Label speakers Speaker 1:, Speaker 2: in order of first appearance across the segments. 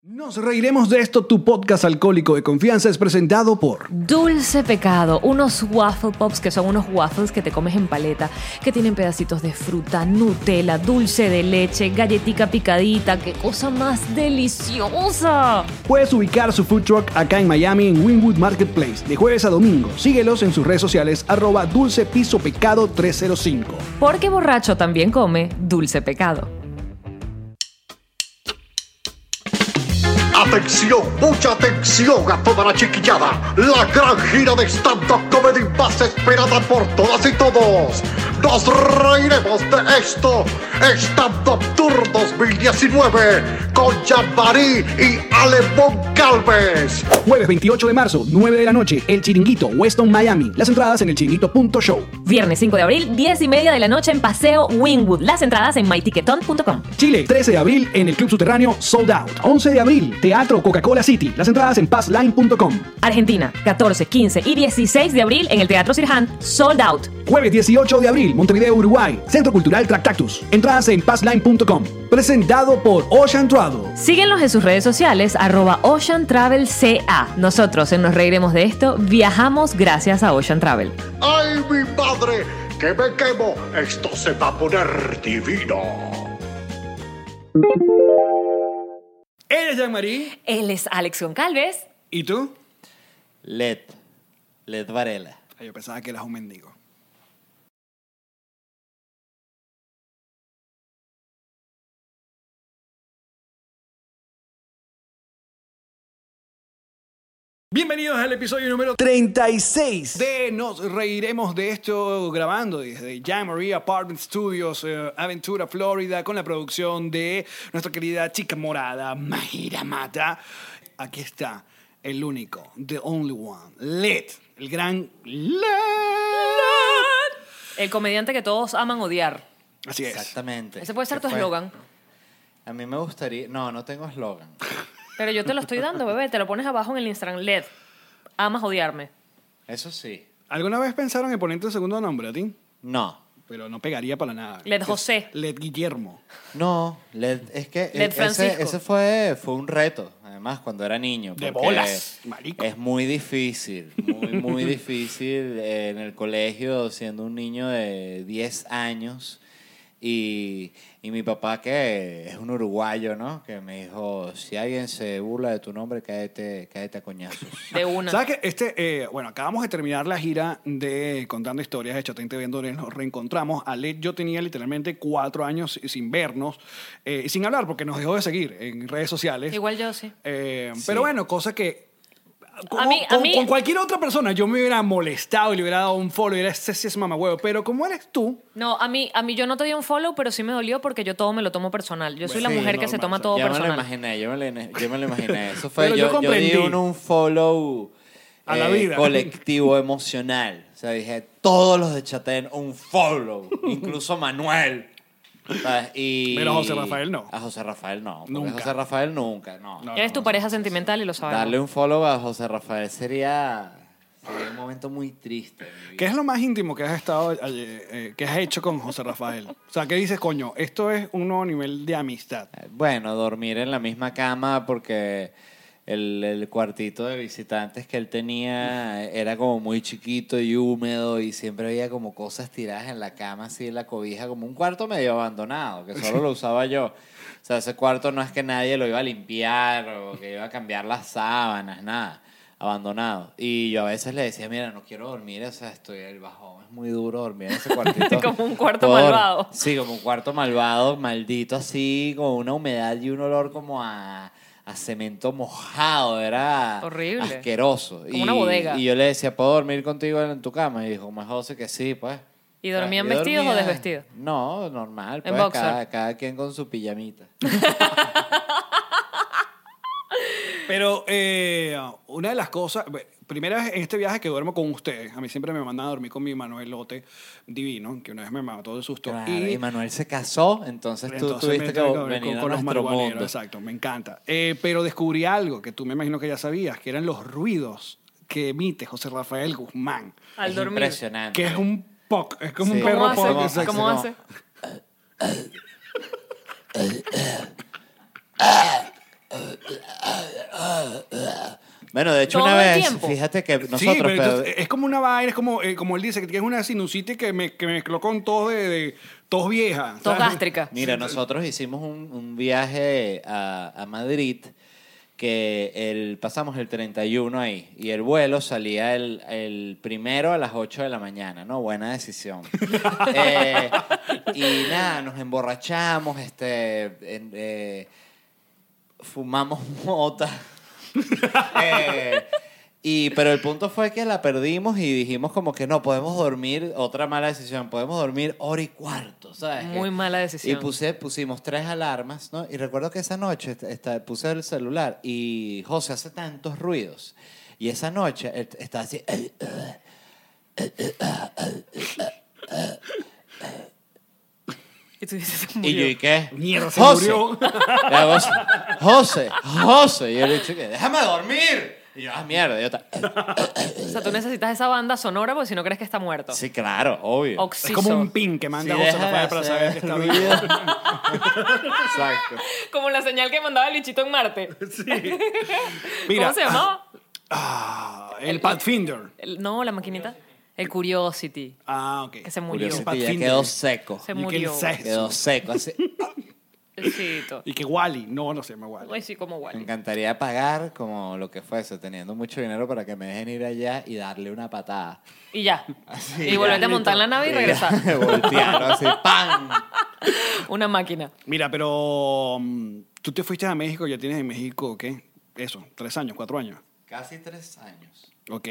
Speaker 1: Nos reiremos de esto, tu podcast alcohólico de confianza es presentado por...
Speaker 2: Dulce pecado, unos waffle pops que son unos waffles que te comes en paleta, que tienen pedacitos de fruta, Nutella, dulce de leche, galletica picadita, qué cosa más deliciosa.
Speaker 1: Puedes ubicar su food truck acá en Miami en Winwood Marketplace de jueves a domingo. Síguelos en sus redes sociales arroba dulce piso pecado 305.
Speaker 2: Porque borracho también come dulce pecado.
Speaker 3: Atención, mucha atención a toda la chiquillada. La gran gira de stand-up comedy más esperada por todas y todos. Nos reiremos de esto. Stand-up Tour 2019 con Jean-Marie y Alemón Calves.
Speaker 1: Jueves 28 de marzo, 9 de la noche, El Chiringuito, Weston, Miami. Las entradas en elchiringuito.show.
Speaker 2: Viernes 5 de abril, 10 y media de la noche en Paseo Wingwood. Las entradas en myticketon.com.
Speaker 1: Chile, 13 de abril en el Club Subterráneo Sold Out. 11 de abril, Teatro Coca-Cola City. Las entradas en passline.com.
Speaker 2: Argentina, 14, 15 y 16 de abril en el Teatro Sirhan, sold out.
Speaker 1: Jueves 18 de abril, Montevideo, Uruguay. Centro Cultural Tractactus. Entradas en passline.com. Presentado por Ocean Travel.
Speaker 2: Síguenos en sus redes sociales, arroba Ocean Travel CA. Nosotros en Nos Reiremos de Esto viajamos gracias a Ocean Travel.
Speaker 3: ¡Ay, mi madre! ¡Que me quemo! Esto se va a poner divino.
Speaker 1: Eres Jean-Marie.
Speaker 2: Él es Alex Goncalves.
Speaker 1: ¿Y tú?
Speaker 4: Led. Led Varela.
Speaker 1: Yo pensaba que eras un mendigo. Bienvenidos al episodio número
Speaker 5: 36.
Speaker 1: de Nos Reiremos de esto grabando desde Jamboree Apartment Studios, eh, Aventura, Florida, con la producción de nuestra querida chica morada, Mayra Mata. Aquí está el único, the only one, Lit, el gran Lit.
Speaker 2: El comediante que todos aman odiar.
Speaker 1: Así es.
Speaker 4: Exactamente.
Speaker 2: Ese puede ser
Speaker 4: ¿Qué
Speaker 2: tu
Speaker 4: fue?
Speaker 2: eslogan.
Speaker 4: A mí me gustaría. No, no tengo eslogan.
Speaker 2: Pero yo te lo estoy dando, bebé. Te lo pones abajo en el Instagram LED. Amas odiarme.
Speaker 4: Eso sí.
Speaker 1: ¿Alguna vez pensaron en ponerte un segundo nombre a ti?
Speaker 4: No.
Speaker 1: Pero no pegaría para nada.
Speaker 2: Led José.
Speaker 1: Led Guillermo.
Speaker 4: No, Led, es que
Speaker 2: Led
Speaker 4: ese-
Speaker 2: Francisco.
Speaker 4: ese, fue, fue un reto, además, cuando era niño.
Speaker 1: De
Speaker 4: porque
Speaker 1: bolas, marico.
Speaker 4: Es muy difícil, muy, muy difícil eh, en el colegio, siendo un niño de 10 años. Y, y mi papá, que es un uruguayo, ¿no? Que me dijo, si alguien se burla de tu nombre, cállate, cállate a coñazos.
Speaker 2: De una.
Speaker 1: ¿Sabes qué? Este, eh, bueno, acabamos de terminar la gira de Contando Historias de Chatente Vendores. Nos reencontramos. Ale, yo tenía literalmente cuatro años sin vernos eh, y sin hablar porque nos dejó de seguir en redes sociales.
Speaker 2: Igual yo sí.
Speaker 1: Eh,
Speaker 4: Sí.
Speaker 1: Pero bueno, cosa que. como-
Speaker 2: mí- a
Speaker 1: con,
Speaker 2: mí-
Speaker 1: con cualquier otra persona yo me hubiera molestado y le hubiera dado un follow y hubiera ese sí es mamahuevo. Pero como eres tú,
Speaker 2: No, a mí, a mí yo no te di un follow, pero sí me dolió porque yo todo me lo tomo personal. Yo soy la
Speaker 4: Sí,
Speaker 2: mujer que se
Speaker 1: normal,
Speaker 2: toma
Speaker 1: sí.
Speaker 2: todo
Speaker 4: yo me lo
Speaker 2: personal.
Speaker 4: imaginé, yo me lo, ine- yo me lo imaginé. Eso fue,
Speaker 1: Pero yo
Speaker 4: yo, yo, di
Speaker 1: comprendí.
Speaker 4: un, un follow eh,
Speaker 1: A la vida.
Speaker 4: colectivo emocional. O sea, dije, todos los de Chatén, un follow. Incluso Manuel. ¿Sabes? Y,
Speaker 1: Pero a José Rafael no.
Speaker 4: A José Rafael no. porque
Speaker 1: Nunca.
Speaker 4: José Rafael nunca, no.
Speaker 1: No,
Speaker 2: Eres tu pareja sentimental y lo sabes.
Speaker 4: Darle un follow a José Rafael sería, sería un momento muy triste. en mi vida.
Speaker 1: ¿qué es lo más íntimo que has estado, eh, eh, que has hecho con José Rafael? o sea, ¿qué dices, coño? Esto es un nuevo nivel de amistad.
Speaker 4: Bueno, dormir en la misma cama porque el, el cuartito de visitantes que él tenía era como muy chiquito y húmedo y siempre había como cosas tiradas en la cama, así en la cobija, como un cuarto medio abandonado, que solo lo usaba yo. O sea, ese cuarto no es que nadie lo iba a limpiar o que iba a cambiar las sábanas, nada, abandonado. Y yo a veces le decía, mira, no quiero dormir, o sea, estoy el bajón, es muy duro dormir en ese cuartito.
Speaker 2: Como un cuarto
Speaker 4: Puedo dor-
Speaker 2: malvado.
Speaker 4: Sí, como un cuarto malvado, maldito así, con una humedad y un olor como a, a cemento mojado, era
Speaker 2: Horrible.
Speaker 4: asqueroso.
Speaker 2: Como una bodega.
Speaker 4: Y yo le decía, ¿puedo dormir contigo en tu cama? Y dijo, más José que sí, pues.
Speaker 2: ¿Y
Speaker 4: O sea,
Speaker 2: dormían
Speaker 4: yo
Speaker 2: vestidos o desvestidos?
Speaker 4: No, normal,
Speaker 2: En
Speaker 4: pues,
Speaker 2: boxer.
Speaker 4: cada, cada quien con su pijamita.
Speaker 1: Pero eh, una de las cosas, primera vez en este viaje que duermo con ustedes, a mí siempre me mandan a dormir con mi Manuelote divino, que una vez me mató de susto.
Speaker 4: Claro, y, Manuel se casó, entonces, tú
Speaker 1: entonces me
Speaker 4: tuviste que
Speaker 1: tengo ver
Speaker 4: venir
Speaker 1: con,
Speaker 4: a
Speaker 1: con los
Speaker 4: nuestro
Speaker 1: marihuaneros,
Speaker 4: mundo.
Speaker 1: Exacto, me encanta. Eh, pero descubrí algo que tú me imagino que ya sabías, que eran los ruidos que emite José Rafael Guzmán,
Speaker 2: Al
Speaker 4: es
Speaker 2: dormir.
Speaker 4: impresionante.
Speaker 1: que es un poc, es como
Speaker 4: Sí.
Speaker 1: un
Speaker 2: ¿Cómo
Speaker 1: perro
Speaker 2: hace?
Speaker 4: pobre,
Speaker 1: poc.
Speaker 2: ¿Cómo,
Speaker 4: exacto.
Speaker 1: exacto.
Speaker 2: hace?
Speaker 4: Bueno, de hecho,
Speaker 2: Todo
Speaker 4: una
Speaker 2: el
Speaker 4: vez,
Speaker 2: tiempo.
Speaker 4: fíjate que nosotros...
Speaker 1: sí, pero
Speaker 4: pero-
Speaker 1: entonces, es como una vaina, es como, eh, como él dice, que es una sinusitis que me, que mezcló con tos de, de tos vieja.
Speaker 2: Tos
Speaker 1: ¿sabes?
Speaker 2: gástrica.
Speaker 4: Mira, nosotros hicimos un, un viaje a, a Madrid que el, pasamos el 31 ahí y el vuelo salía el, el primero a las 8 de la mañana, ¿no? Buena decisión. Eh, y nada, nos emborrachamos, este, en- eh, fumamos mota. Eh, y, pero el punto fue que la perdimos y dijimos como que no, podemos dormir, otra mala decisión, podemos dormir hora y cuarto, ¿sabes? Eh,
Speaker 2: Muy mala decisión.
Speaker 4: Y puse, pusimos tres alarmas, ¿no? Y recuerdo que esa noche est- esta- puse el celular y José hace tantos ruidos. Y esa noche él está así...
Speaker 2: Y tú dices,
Speaker 4: Y yo,
Speaker 2: murió.
Speaker 4: ¿y qué?
Speaker 1: Mierda, se murió.
Speaker 4: Le hago así, José, José. Y yo le dije, déjame dormir. Y yo, ah, mierda. Y yo, ta-
Speaker 2: O sea, tú necesitas esa banda sonora porque si no crees que está muerto.
Speaker 4: sí, claro, obvio.
Speaker 1: Es
Speaker 2: Oxiso.
Speaker 1: como un pin que manda
Speaker 4: Sí,
Speaker 1: José
Speaker 4: deja de
Speaker 1: Rafael para
Speaker 4: hacer
Speaker 1: saber que está
Speaker 4: ruido.
Speaker 1: vivo.
Speaker 4: Exacto.
Speaker 2: Como la señal que mandaba el lichito en Marte.
Speaker 1: Mira,
Speaker 2: ¿Cómo se llamaba?
Speaker 1: Ah, el Pathfinder.
Speaker 2: El- no, la maquinita. El Curiosity.
Speaker 1: Ah, ok.
Speaker 2: Que se murió.
Speaker 4: Curiosity ya quedó seco.
Speaker 2: Se
Speaker 1: Y que
Speaker 2: murió.
Speaker 1: el sexo.
Speaker 4: Quedó seco. así.
Speaker 2: Pobrecito.
Speaker 1: Y que Wally, no, no se llama Wally.
Speaker 2: Ay, sí, como
Speaker 4: Me
Speaker 2: Wally.
Speaker 4: encantaría pagar como lo que fuese, teniendo mucho dinero para que me dejen ir allá y darle una patada.
Speaker 2: Y ya.
Speaker 4: Así,
Speaker 2: y
Speaker 4: ya,
Speaker 2: volverte a
Speaker 4: listo.
Speaker 2: montar en la nave y regresar.
Speaker 4: Voltearlo así, ¡pam!
Speaker 2: Una máquina.
Speaker 1: Mira, pero mm, tú te fuiste a México, ya tienes en México, ¿qué? Eso, tres años, cuatro años.
Speaker 4: Casi tres años.
Speaker 1: Ok.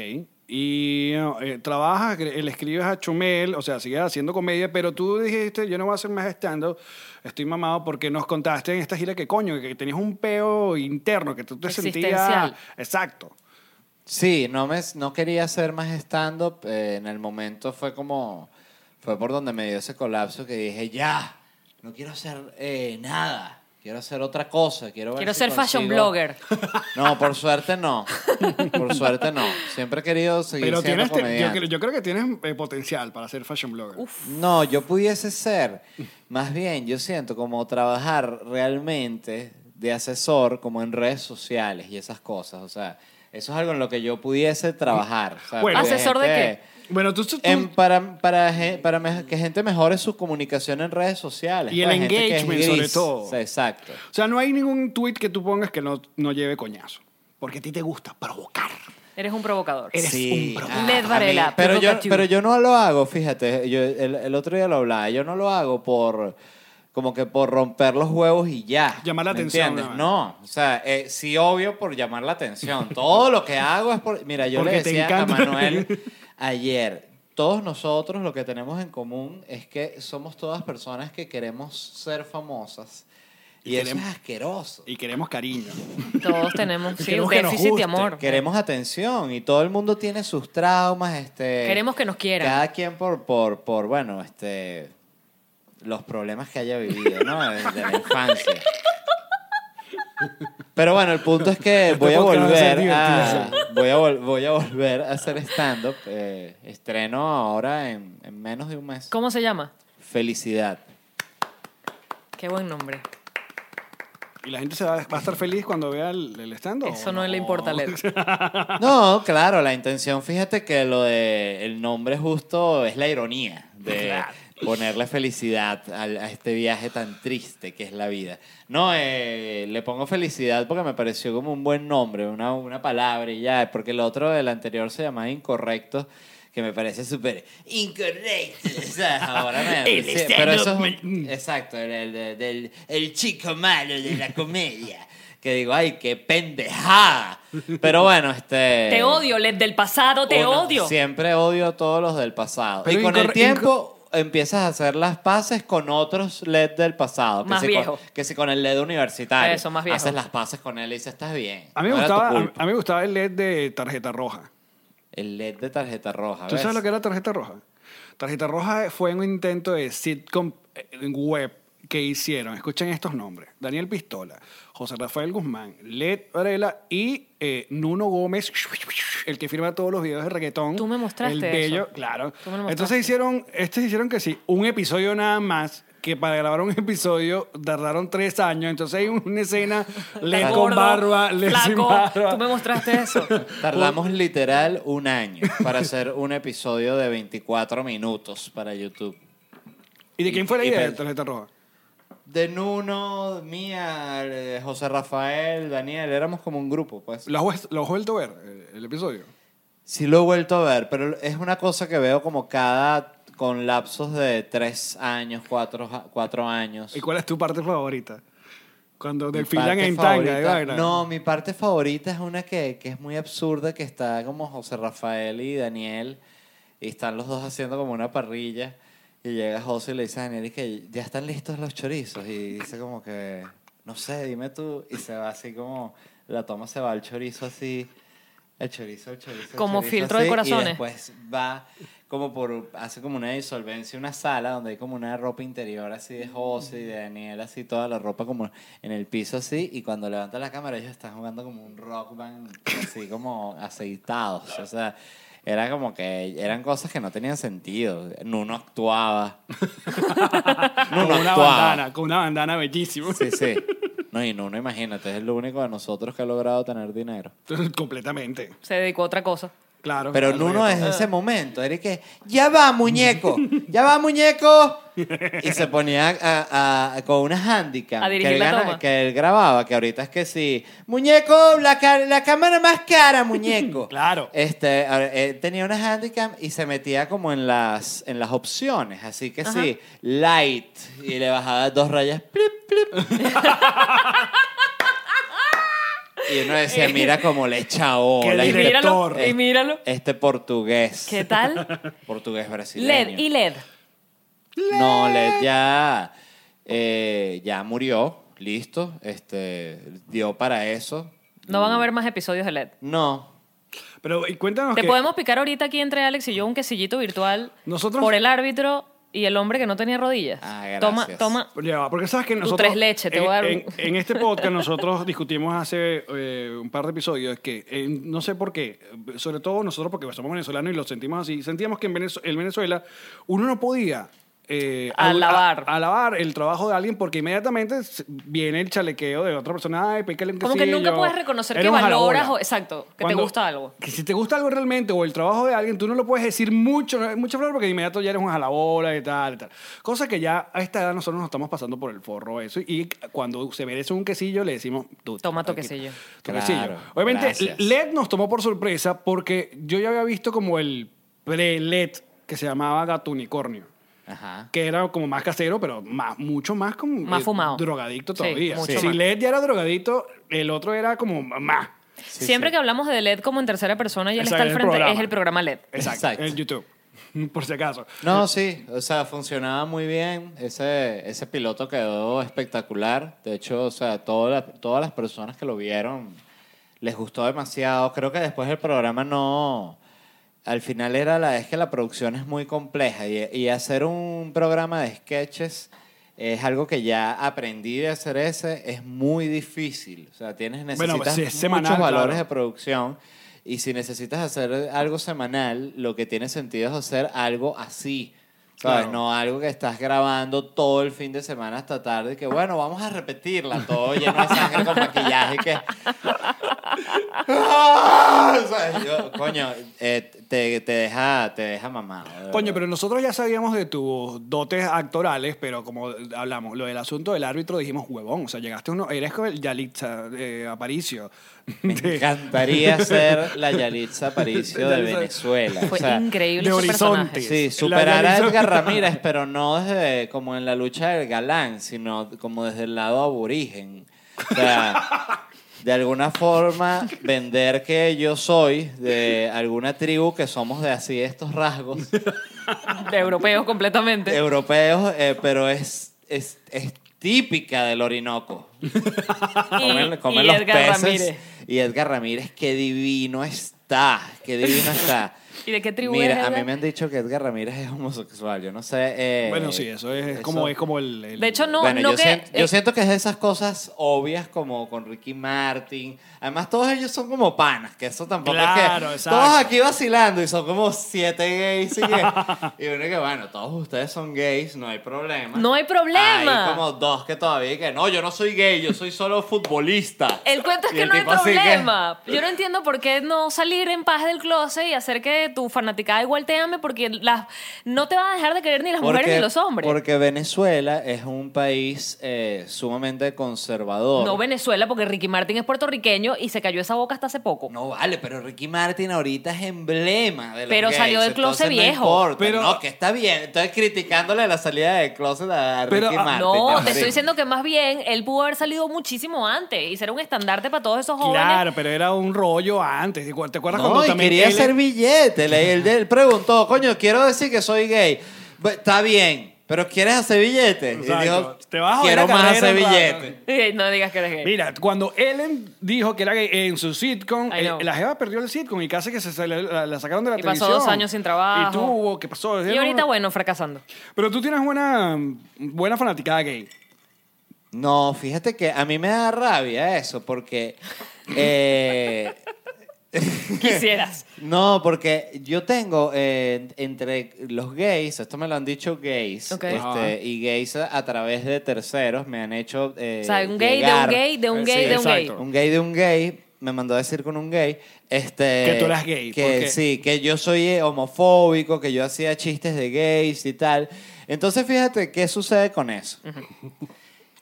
Speaker 1: Y eh, trabajas, cre- le escribes a Chumel, o sea, sigues haciendo comedia, pero tú dijiste, yo no voy a hacer más stand-up, estoy mamado porque nos contaste en esta gira que coño, que tenías un peo interno, que tú te sentías...
Speaker 2: Existencial.
Speaker 1: Exacto.
Speaker 4: Sí, no, me, no quería hacer más stand-up. eh, en el momento fue como. Fue por donde me dio ese colapso que dije, ya, no quiero hacer eh, nada. Quiero hacer otra cosa. Quiero, ver
Speaker 2: Quiero
Speaker 4: si
Speaker 2: ser fashion
Speaker 4: consigo-
Speaker 2: blogger.
Speaker 4: No, por suerte no. Por suerte no. Siempre he querido seguir
Speaker 1: Pero
Speaker 4: siendo
Speaker 1: tienes, te- yo,
Speaker 4: comediante.
Speaker 1: cre- yo creo que tienes eh, potencial para ser fashion blogger.
Speaker 4: No, yo pudiese ser. Más bien, yo siento como trabajar realmente de asesor, como en redes sociales y esas cosas. O sea, eso es algo en lo que yo pudiese trabajar. O sea,
Speaker 1: Bueno.
Speaker 4: porque
Speaker 2: ¿Asesor de
Speaker 4: gente-
Speaker 1: Bueno, tú, tú-
Speaker 4: en- para para, gen- para me- que gente mejore su comunicación en redes sociales.
Speaker 1: Y el
Speaker 4: pues, gente que es
Speaker 1: engagement, sobre
Speaker 4: gris.
Speaker 1: todo.
Speaker 4: O sea, exacto.
Speaker 1: O sea, no hay ningún tweet que tú pongas que no, no lleve coñazo. Porque a ti te gusta provocar.
Speaker 2: Eres un provocador.
Speaker 1: Eres un
Speaker 4: Sí, ah,
Speaker 1: provocador.
Speaker 2: Led
Speaker 4: a mí-
Speaker 2: Varela,
Speaker 4: Pero yo,
Speaker 2: provocative.
Speaker 4: pero yo no lo hago, fíjate. Yo, el, el otro día lo hablaba. Yo no lo hago por. Como que por romper los huevos y ya.
Speaker 1: Llamar la
Speaker 4: ¿me
Speaker 1: atención, nada
Speaker 4: entiendes? No, o sea, eh, sí, obvio por llamar la atención. Todo lo que hago es por. Mira, yo
Speaker 1: Porque
Speaker 4: le
Speaker 1: te
Speaker 4: decía a
Speaker 1: encanta.
Speaker 4: Manuel ayer. Todos nosotros lo que tenemos en común es que somos todas personas que queremos ser famosas.
Speaker 1: Y
Speaker 4: Y, eso
Speaker 1: queremos-
Speaker 4: es asqueroso.
Speaker 1: Y queremos cariño.
Speaker 2: Todos tenemos sí,
Speaker 1: Queremos
Speaker 2: un
Speaker 1: que nos
Speaker 2: déficit
Speaker 1: guste,
Speaker 2: de amor.
Speaker 4: Queremos atención y todo el mundo tiene sus traumas. Este,
Speaker 2: Queremos que nos quieran.
Speaker 4: Cada quien por, por, por bueno, este, los problemas que haya vivido, ¿no? Desde la infancia. Pero bueno, el punto es que voy a
Speaker 1: Este podcast va a ser
Speaker 4: volver a,
Speaker 1: divertido.
Speaker 4: voy a, vol- voy a volver a hacer stand-up. eh, estreno ahora en, en menos de un mes.
Speaker 2: ¿Cómo se llama?
Speaker 4: Felicidad.
Speaker 2: Qué buen nombre.
Speaker 1: ¿Y la gente se va, va a estar feliz cuando vea el, el stand
Speaker 2: Eso no, le importa Led.
Speaker 4: No, claro, la intención, fíjate que lo de el nombre justo es la ironía de ponerle felicidad al- a, este viaje tan triste que es la vida. No, eh, le pongo felicidad porque me pareció como un buen nombre, una, una palabra y ya, porque el otro del anterior se llamaba incorrecto. Que me parece súper incorrecto. O sea, ahora me.
Speaker 1: El
Speaker 4: sí,
Speaker 1: stand-up
Speaker 4: pero eso es
Speaker 1: me-
Speaker 4: Exacto, el, el- el- del- el chico malo de la comedia. Que digo, ay, qué pendejada. Pero bueno, este.
Speaker 2: Te odio, Led del pasado, te
Speaker 4: uno-
Speaker 2: odio.
Speaker 4: Siempre odio a todos los del pasado.
Speaker 1: Pero
Speaker 4: y con el
Speaker 1: incorre-
Speaker 4: tiempo empiezas a hacer las paces con otros LED del pasado.
Speaker 2: Más
Speaker 4: que Si
Speaker 2: viejo.
Speaker 4: con, que si con el LED universitario.
Speaker 2: Eso, más viejo.
Speaker 4: Haces las paces con él y dices, estás bien.
Speaker 1: A mí, me
Speaker 4: no era tu
Speaker 1: gustaba, a,
Speaker 4: culpa".
Speaker 1: a mí me gustaba el LED de tarjeta roja.
Speaker 4: El LED de tarjeta roja.
Speaker 1: ¿Tú
Speaker 4: ¿ves?
Speaker 1: sabes lo que era tarjeta roja? Tarjeta roja fue un intento de sitcom eh, web que hicieron. Escuchen estos nombres. Daniel Pistola, José Rafael Guzmán, Led Varela y eh, Nuno Gómez, el que firma todos los videos de reggaetón.
Speaker 2: Tú me mostraste
Speaker 1: El bello,
Speaker 2: eso.
Speaker 1: claro.
Speaker 2: Tú me lo mostraste.
Speaker 1: Entonces hicieron, estos hicieron que sí, un episodio nada más que para grabar un episodio tardaron tres años. Entonces hay una escena, Led con
Speaker 2: Gordo,
Speaker 1: barba, Led sin
Speaker 2: flaco.
Speaker 1: barba.
Speaker 2: Tú me mostraste eso.
Speaker 4: Tardamos literal un año para hacer un episodio de 24 minutos para YouTube.
Speaker 1: ¿Y de quién fue la
Speaker 4: Y- y
Speaker 1: idea de
Speaker 4: pel-
Speaker 1: tarjeta roja?
Speaker 4: De Nuno, Mía, eh, José Rafael, Daniel, éramos como un grupo, pues.
Speaker 1: ¿Lo has, vues- lo has vuelto a ver eh, el, el episodio?
Speaker 4: Sí lo he vuelto a ver, pero es una cosa que veo como cada con lapsos de tres años, cuatro, ja- cuatro años.
Speaker 1: ¿Y cuál es tu parte favorita? Cuando
Speaker 4: Mi
Speaker 1: desfilan
Speaker 4: parte
Speaker 1: en tanga de
Speaker 4: favorita-
Speaker 1: vaina.
Speaker 4: No, mi parte favorita es una que, que es muy absurda, que está como José Rafael y Daniel, y están los dos haciendo como una parrilla, y llega José y le dice a Daniel y que ya están listos los chorizos, y dice como que, no sé, dime tú, y se va así como, la toma se va el chorizo así. El chorizo, el chorizo. el
Speaker 2: Como
Speaker 4: chorizo
Speaker 2: filtro de
Speaker 4: así,
Speaker 2: corazones.
Speaker 4: Y después va como por. Hace como una disolvencia, una sala donde hay como una ropa interior así de José y de Daniel, así toda la ropa como en el piso así. Y cuando levanta la cámara, ellos están jugando como un rock band, así como aceitados. O sea, era como que eran cosas que no tenían sentido. Nuno actuaba.
Speaker 1: con
Speaker 4: Nuno
Speaker 1: una
Speaker 4: actuaba.
Speaker 1: bandana, con una bandana bellísima.
Speaker 4: Sí, sí. No, y Nuno, imagínate, es el único de nosotros que ha logrado tener dinero.
Speaker 1: Completamente.
Speaker 2: Se dedicó a otra cosa.
Speaker 1: Claro.
Speaker 4: Pero
Speaker 1: Al
Speaker 4: Nuno es
Speaker 1: reggaetón.
Speaker 4: ese momento, era que, ya va muñeco, ya va muñeco. Y se ponía a- a- con unas handicap
Speaker 2: A
Speaker 4: que,
Speaker 2: dirigir
Speaker 4: él
Speaker 2: la
Speaker 4: gana-
Speaker 2: toma.
Speaker 4: que él grababa, que ahorita es que sí, muñeco, la, ca- la cámara más cara, muñeco.
Speaker 1: Claro.
Speaker 4: Este, a ver, él tenía unas handicap y se metía como en las, en las opciones, así que sí, light, y le bajaba dos rayas, plip, plip. Y uno decía, mira cómo le echa ola.
Speaker 1: El
Speaker 2: y
Speaker 4: y
Speaker 1: director. Eh.
Speaker 2: míralo. Y míralo.
Speaker 4: este portugués.
Speaker 2: ¿Qué tal?
Speaker 4: Portugués brasileño.
Speaker 2: LED y LED.
Speaker 4: No, Led ya, eh, ya murió, listo. Este, dio para eso.
Speaker 2: No van a ver más episodios de LED.
Speaker 4: No.
Speaker 1: Pero y cuéntanos
Speaker 2: Te
Speaker 1: que
Speaker 2: podemos picar ahorita aquí entre Alex y yo un quesillito virtual
Speaker 1: Nosotros-
Speaker 2: por el árbitro y el hombre que no tenía rodillas.
Speaker 4: Ah, gracias.
Speaker 2: Toma, toma.
Speaker 1: Ya va, porque sabes que nosotros...
Speaker 2: tres leches, te
Speaker 1: en,
Speaker 2: voy a dar un-
Speaker 1: en- en este podcast nosotros discutimos hace eh, un par de episodios que eh, no sé por qué, sobre todo nosotros porque somos venezolanos y lo sentimos así, sentíamos que en Venezuela, en Venezuela uno no podía... eh,
Speaker 2: Alabar.
Speaker 1: a- alabar el trabajo de alguien porque inmediatamente se- viene el chalequeo de otra persona. Ay, pícale un
Speaker 2: Como que
Speaker 1: quesillo".
Speaker 2: nunca puedes reconocer que
Speaker 1: Era un
Speaker 2: valoras
Speaker 1: jalabola.
Speaker 2: o- exacto, que te gusta algo.
Speaker 1: Que si te gusta algo realmente o el trabajo de alguien, tú no lo puedes decir mucho, no- mucho flor porque de inmediato ya eres un jalabola y tal, y tal. Cosa que ya a esta edad nosotros nos estamos pasando por el forro eso. Y cuando se merece un quesillo, le decimos, tú,
Speaker 2: Toma tu
Speaker 1: aquí,
Speaker 2: quesillo.
Speaker 1: tu
Speaker 4: Claro,
Speaker 1: quesillo. Obviamente,
Speaker 4: gracias.
Speaker 1: LED nos tomó por sorpresa porque yo ya había visto como el pre-LED que se llamaba Gato Unicornio.
Speaker 4: Ajá.
Speaker 1: Que era como más casero, pero más, mucho más como... eh,
Speaker 2: Más fumado.
Speaker 1: Drogadicto
Speaker 2: Sí,
Speaker 1: todavía.
Speaker 2: mucho
Speaker 1: si
Speaker 2: más.
Speaker 1: LED ya era drogadicto, el otro era como más.
Speaker 2: Siempre que hablamos de LED como en tercera persona y él
Speaker 1: Exacto,
Speaker 2: está al
Speaker 1: el
Speaker 2: frente,
Speaker 1: programa.
Speaker 2: es el programa LED.
Speaker 1: Exacto.
Speaker 4: Exacto.
Speaker 1: En YouTube. Por si acaso.
Speaker 4: No, sí. O sea, funcionaba muy bien. Ese, ese piloto quedó espectacular. De hecho, o sea, todas las- todas las personas que lo vieron les gustó demasiado. Creo que después del programa no. Al final era la es que la producción es muy compleja y, y hacer un programa de sketches es algo que ya aprendí de hacer ese es muy difícil. O sea, tienes
Speaker 1: pues,
Speaker 4: necesitas
Speaker 1: sí, es
Speaker 4: muchos
Speaker 1: semanal,
Speaker 4: valores
Speaker 1: claro.
Speaker 4: de producción y si necesitas hacer algo semanal, lo que tiene sentido es hacer algo así. ¿Sabes?
Speaker 1: Claro.
Speaker 4: No algo que estás grabando todo el fin de semana hasta tarde, que bueno, vamos a repetirla todo lleno de sangre con maquillaje que ¡Ah! O sea, yo, coño, eh, te, te deja, te deja mamado. de verdad.
Speaker 1: Coño, pero nosotros ya sabíamos de tus dotes actorales, pero como hablamos, lo del asunto del árbitro dijimos huevón. O sea, llegaste uno, eres como el Yalitza eh, Aparicio.
Speaker 4: Me
Speaker 1: De-
Speaker 4: encantaría ser la Yalitza Aparicio de
Speaker 1: Yalitza.
Speaker 4: Venezuela.
Speaker 2: Fue
Speaker 4: o sea,
Speaker 2: increíble
Speaker 1: de
Speaker 2: ese
Speaker 1: horizonte.
Speaker 2: personaje.
Speaker 4: Sí,
Speaker 1: La
Speaker 4: superar a
Speaker 1: Yalitza-
Speaker 4: Edgar Ramírez, pero no desde como en la lucha del galán, sino como desde el lado aborigen. O sea, de alguna forma vender que yo soy de alguna tribu que somos de así estos rasgos.
Speaker 2: De europeos completamente.
Speaker 4: europeos, eh, pero es, es, es típica del Orinoco. Comen, comen
Speaker 2: y
Speaker 4: los
Speaker 2: Edgar
Speaker 4: peces.
Speaker 2: Ramírez.
Speaker 4: Y Edgar Ramírez, qué divino está, qué divino está.
Speaker 2: ¿Y de qué tribu
Speaker 4: Mira,
Speaker 2: es
Speaker 4: a mí
Speaker 2: Edgar?
Speaker 4: me han dicho que Edgar Ramírez es homosexual, yo no sé. eh,
Speaker 1: Bueno, sí, eso es, es como, es como el, el-
Speaker 2: De hecho, no,
Speaker 4: bueno,
Speaker 2: no
Speaker 4: yo,
Speaker 2: que.
Speaker 4: sien- yo
Speaker 2: eh,
Speaker 4: siento que es de esas cosas obvias como con Ricky Martin. Además, todos ellos son como panas, que eso tampoco
Speaker 1: Claro,
Speaker 4: es que...
Speaker 1: exacto.
Speaker 4: Todos aquí vacilando y son como siete gays. Y, que- y uno que, bueno, todos ustedes son gays, no hay problema.
Speaker 2: No hay problema.
Speaker 4: Hay como dos que todavía que, no, yo no soy gay, yo soy solo futbolista.
Speaker 2: El cuento es
Speaker 4: Y
Speaker 2: que
Speaker 4: el
Speaker 2: no hay
Speaker 4: tipo así que-
Speaker 2: problema. Yo no entiendo por qué no salir en paz del closet y hacer que tu fanaticada igual te ame, porque las, no te van a dejar de querer ni las mujeres ni los hombres.
Speaker 4: Porque Venezuela es un país eh, sumamente conservador.
Speaker 2: No Venezuela, porque Ricky Martin es puertorriqueño y se cayó esa boca hasta hace poco.
Speaker 4: No vale, pero Ricky Martin ahorita es emblema de los
Speaker 2: Pero
Speaker 4: gays,
Speaker 2: salió del closet
Speaker 4: entonces
Speaker 2: viejo.
Speaker 4: No, importa,
Speaker 1: Pero-
Speaker 4: no, que está bien. Entonces criticándole la salida del closet a Ricky
Speaker 1: Pero, ah,
Speaker 4: Martin.
Speaker 2: No,
Speaker 4: también.
Speaker 2: te estoy diciendo que más bien él pudo haber salido muchísimo antes y ser un estandarte para todos esos jóvenes.
Speaker 1: Claro, pero era un rollo antes. ¿Te acuer- te acuerdas
Speaker 4: No,
Speaker 1: cuando
Speaker 4: y
Speaker 1: también
Speaker 4: quería
Speaker 1: él-
Speaker 4: hacer billete. Le- Él, él preguntó, coño, quiero decir que soy gay. Bu- Está bien, pero ¿quieres hacer billete? Y
Speaker 1: Exacto.
Speaker 4: dijo,
Speaker 1: Te vas a joder
Speaker 4: quiero
Speaker 1: la
Speaker 4: más
Speaker 1: carrera
Speaker 4: hacer
Speaker 1: un rato".
Speaker 4: billete.
Speaker 2: Eh, No digas que eres gay.
Speaker 1: Mira, cuando Ellen dijo que era gay en su sitcom,
Speaker 2: I know.
Speaker 1: eh, la jeva perdió el sitcom y casi que se, se la, la- la sacaron de la
Speaker 2: Y pasó
Speaker 1: televisión.
Speaker 2: dos años sin trabajo.
Speaker 1: Y tuvo, ¿qué pasó?
Speaker 2: y ahorita, bueno, fracasando.
Speaker 1: Pero tú tienes buena, buena fanaticada gay.
Speaker 4: No, fíjate que a mí me da rabia eso, porque... eh,
Speaker 2: Quisieras.
Speaker 4: No, porque yo tengo eh, entre los gays, esto me lo han dicho gays,
Speaker 2: Ok.
Speaker 4: este,
Speaker 1: Ajá.
Speaker 4: y gays a, a través de terceros me han hecho. eh,
Speaker 2: o sea, un gay
Speaker 4: llegar-
Speaker 2: de un gay, de un
Speaker 1: Eh,
Speaker 2: gay,
Speaker 1: sí,
Speaker 2: de un gay.
Speaker 1: exacto.
Speaker 4: Un gay de un gay, me mandó a decir con un gay. Este,
Speaker 1: Que tú eras gay,
Speaker 4: Que
Speaker 1: ¿por qué?
Speaker 4: sí, que yo soy eh, homofóbico, que yo hacía chistes de gays y tal. Entonces, fíjate qué sucede con eso.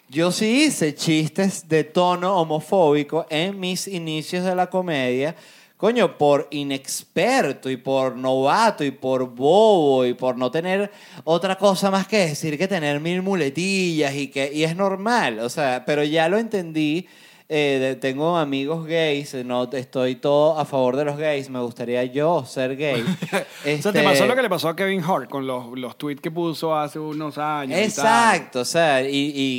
Speaker 4: Yo sí hice chistes de tono homofóbico en mis inicios de la comedia. Coño, por inexperto y por novato y por bobo y por no tener otra cosa más que decir que tener mil muletillas y que y es normal, o sea, pero ya lo entendí. eh, de- tengo amigos gays, no estoy todo a favor de los gays, me gustaría yo ser gay.
Speaker 1: O sea,
Speaker 4: Este,
Speaker 1: te pasó lo que le pasó a Kevin Hart con los, los tweets que puso hace unos años. y tal.
Speaker 4: Exacto, o sea, y,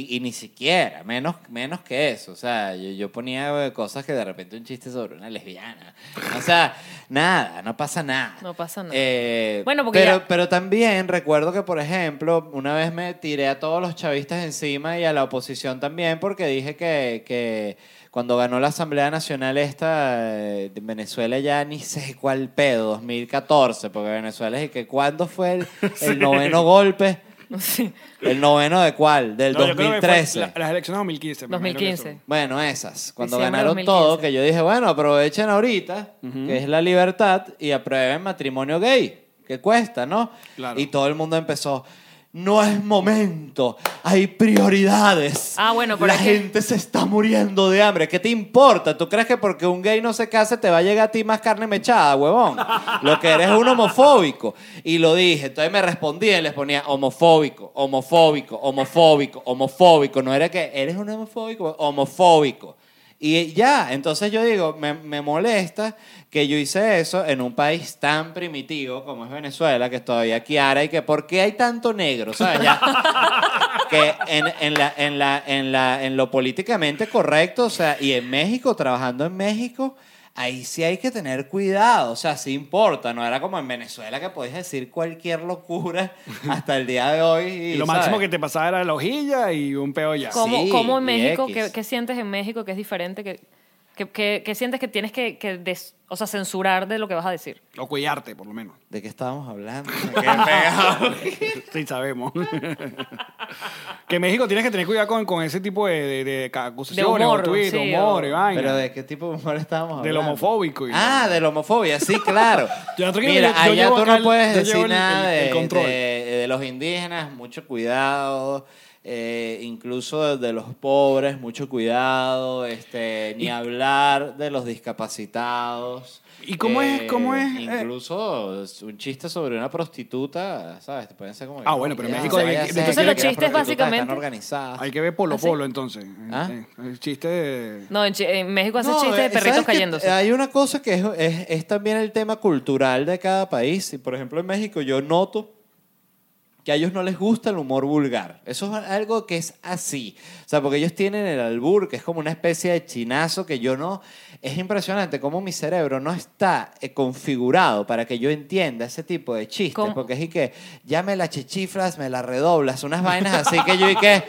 Speaker 4: y- y ni siquiera, menos, menos que eso. O sea, yo, yo ponía eh, cosas que de repente un chiste sobre una lesbiana. O sea, nada, no pasa nada.
Speaker 2: No pasa nada.
Speaker 4: Eh,
Speaker 2: Bueno, porque
Speaker 4: pero,
Speaker 2: ya-
Speaker 4: pero también recuerdo que, por ejemplo, una vez me tiré a todos los chavistas encima y a la oposición también porque dije que, que cuando ganó la Asamblea Nacional esta eh, de Venezuela ya ni sé cuál pedo, 2014, porque Venezuela es el que cuándo fue el, el noveno golpe. ¿El noveno de cuál? Del
Speaker 1: No, yo creo que fue
Speaker 4: 2013.
Speaker 1: la- las elecciones 2015. me imagino que
Speaker 2: 2015.
Speaker 4: Bueno, esas. Cuando
Speaker 2: Diciembre
Speaker 4: ganaron
Speaker 2: 2015.
Speaker 4: todo, que yo dije, bueno, aprovechen ahorita, que es la libertad, y aprueben matrimonio gay, que cuesta, ¿no?
Speaker 1: Claro.
Speaker 4: Y todo el mundo empezó. No es momento, hay prioridades.
Speaker 2: Ah, bueno, pero
Speaker 4: La
Speaker 2: es que-
Speaker 4: gente se está muriendo de hambre. ¿Qué te importa? ¿Tú crees que porque un gay no se case te va a llegar a ti más carne mechada, huevón? Lo que eres es un homofóbico. Y lo dije, entonces me respondía y les ponía homofóbico, homofóbico, homofóbico, homofóbico. No era que eres un homofóbico, homofóbico. Y ya, entonces yo digo, me, me molesta que yo hice eso en un país tan primitivo como es Venezuela, que todavía Kiara y que ¿por qué hay tanto negro? ¿Sabes? Ya, que en, en, la, en, la, en, la, en lo políticamente correcto, o sea, y en México, trabajando en México, ahí sí hay que tener cuidado, o sea, sí importa, no era como en Venezuela que podías decir cualquier locura hasta el día de hoy. Y,
Speaker 1: Y lo
Speaker 4: ¿sabes?
Speaker 1: máximo que te pasaba era la hojilla y un peo ya.
Speaker 4: Co-
Speaker 2: ¿Cómo,
Speaker 4: Sí,
Speaker 2: cómo en
Speaker 4: y
Speaker 2: México?
Speaker 4: X.
Speaker 2: ¿qué, qué sientes en México que es diferente? ¿Qué, qué- qué- qué sientes que tienes que, que des- o sea, censurar de lo que vas a decir?
Speaker 1: O cuidarte, por lo menos.
Speaker 4: ¿De qué estábamos hablando?
Speaker 1: Sí, sabemos. que México tienes que tener cuidado con, con ese tipo de, de, de acusaciones,
Speaker 2: humor,
Speaker 1: o tweets,
Speaker 2: sí,
Speaker 1: humor y
Speaker 2: o-
Speaker 1: vaina.
Speaker 4: ¿Pero de qué tipo de humor estábamos hablando?
Speaker 1: Del homofóbico y-
Speaker 4: ah, del homofobia, sí, claro.
Speaker 1: Ya, tranquilo,
Speaker 4: Mira,
Speaker 1: yo- yo
Speaker 4: allá
Speaker 1: llevo
Speaker 4: tú
Speaker 1: acá
Speaker 4: no
Speaker 1: el-
Speaker 4: puedes
Speaker 1: yo
Speaker 4: decir
Speaker 1: llevo el-
Speaker 4: nada
Speaker 1: el-
Speaker 4: de,
Speaker 1: el control.
Speaker 4: de- de los indígenas, mucho cuidado. eh, incluso de los pobres, mucho cuidado. Este, ni hablar de los discapacitados.
Speaker 1: ¿Y cómo es- cómo es, eh?
Speaker 4: Incluso un chiste sobre una prostituta, ¿sabes? Te pueden ser como. que,
Speaker 1: Ah, bueno, pero en
Speaker 4: ya,
Speaker 1: México
Speaker 4: o sea,
Speaker 1: hay-
Speaker 4: ya
Speaker 1: entonces
Speaker 4: sé
Speaker 1: los
Speaker 4: que las
Speaker 1: chistes
Speaker 4: prostitutas están
Speaker 2: básicamente-
Speaker 4: organizadas.
Speaker 1: Hay que ver Polo
Speaker 2: ¿Ah, sí?
Speaker 1: Polo, entonces.
Speaker 4: ¿Ah?
Speaker 1: Eh, El chiste de...
Speaker 2: No, en, Chi- en México hace
Speaker 4: No,
Speaker 2: chistes de
Speaker 4: eh, ¿sabes
Speaker 2: perritos
Speaker 4: qué?
Speaker 2: cayéndose.
Speaker 4: Hay una cosa que es, es- es también el tema cultural de cada país. Y por ejemplo, en México yo noto que a ellos no les gusta el humor vulgar. Eso es algo que es así. O sea, porque ellos tienen el albur, que es como una especie de chinazo que yo no... Es impresionante cómo mi cerebro no está eh, configurado para que yo entienda ese tipo de chistes.
Speaker 2: ¿Cómo?
Speaker 4: Porque es y que ya me la chichiflas, me la redoblas, unas vainas así que yo y que...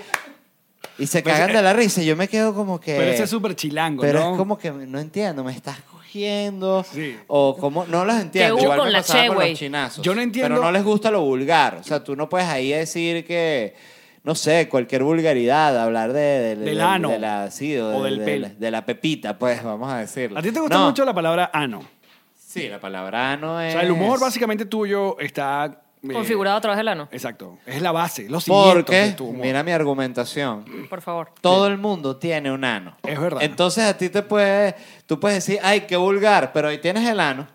Speaker 4: Y se
Speaker 1: Pues,
Speaker 4: cagan
Speaker 1: eh,
Speaker 4: de la risa. y Yo me quedo como que...
Speaker 1: Pero ese es súper chilango,
Speaker 4: Pero
Speaker 1: ¿no?
Speaker 4: es como que no entiendo, me estás cogiendo.
Speaker 1: Sí.
Speaker 4: O como, no las entiendo.
Speaker 2: hubo
Speaker 4: Igual
Speaker 2: con
Speaker 4: me
Speaker 2: la
Speaker 4: pasaba
Speaker 2: Che,
Speaker 4: con
Speaker 2: güey?
Speaker 4: los chinazos.
Speaker 1: Yo no entiendo-
Speaker 4: Pero no les gusta lo vulgar. O sea, tú no puedes ahí decir que, no sé, cualquier vulgaridad, hablar de, de-
Speaker 1: Del
Speaker 4: de-
Speaker 1: ano.
Speaker 4: de la, sí, o,
Speaker 1: O
Speaker 4: de-
Speaker 1: del
Speaker 4: de
Speaker 1: pelo.
Speaker 4: la- de la pepita, pues, vamos a decirlo.
Speaker 1: ¿A ti te gusta
Speaker 4: No.
Speaker 1: mucho la palabra ano?
Speaker 4: Sí, la palabra no es...
Speaker 1: O sea, el humor básicamente tuyo está... eh,
Speaker 2: Configurado a través del ano,
Speaker 1: Exacto. Es la base, los cimientos de
Speaker 4: Porque,
Speaker 1: tu humor.
Speaker 4: mira mi argumentación.
Speaker 2: por favor.
Speaker 4: Todo el mundo tiene un ano.
Speaker 1: Es verdad.
Speaker 4: Entonces a ti te puede, tú puedes decir, ay, qué vulgar, pero ahí tienes el ano.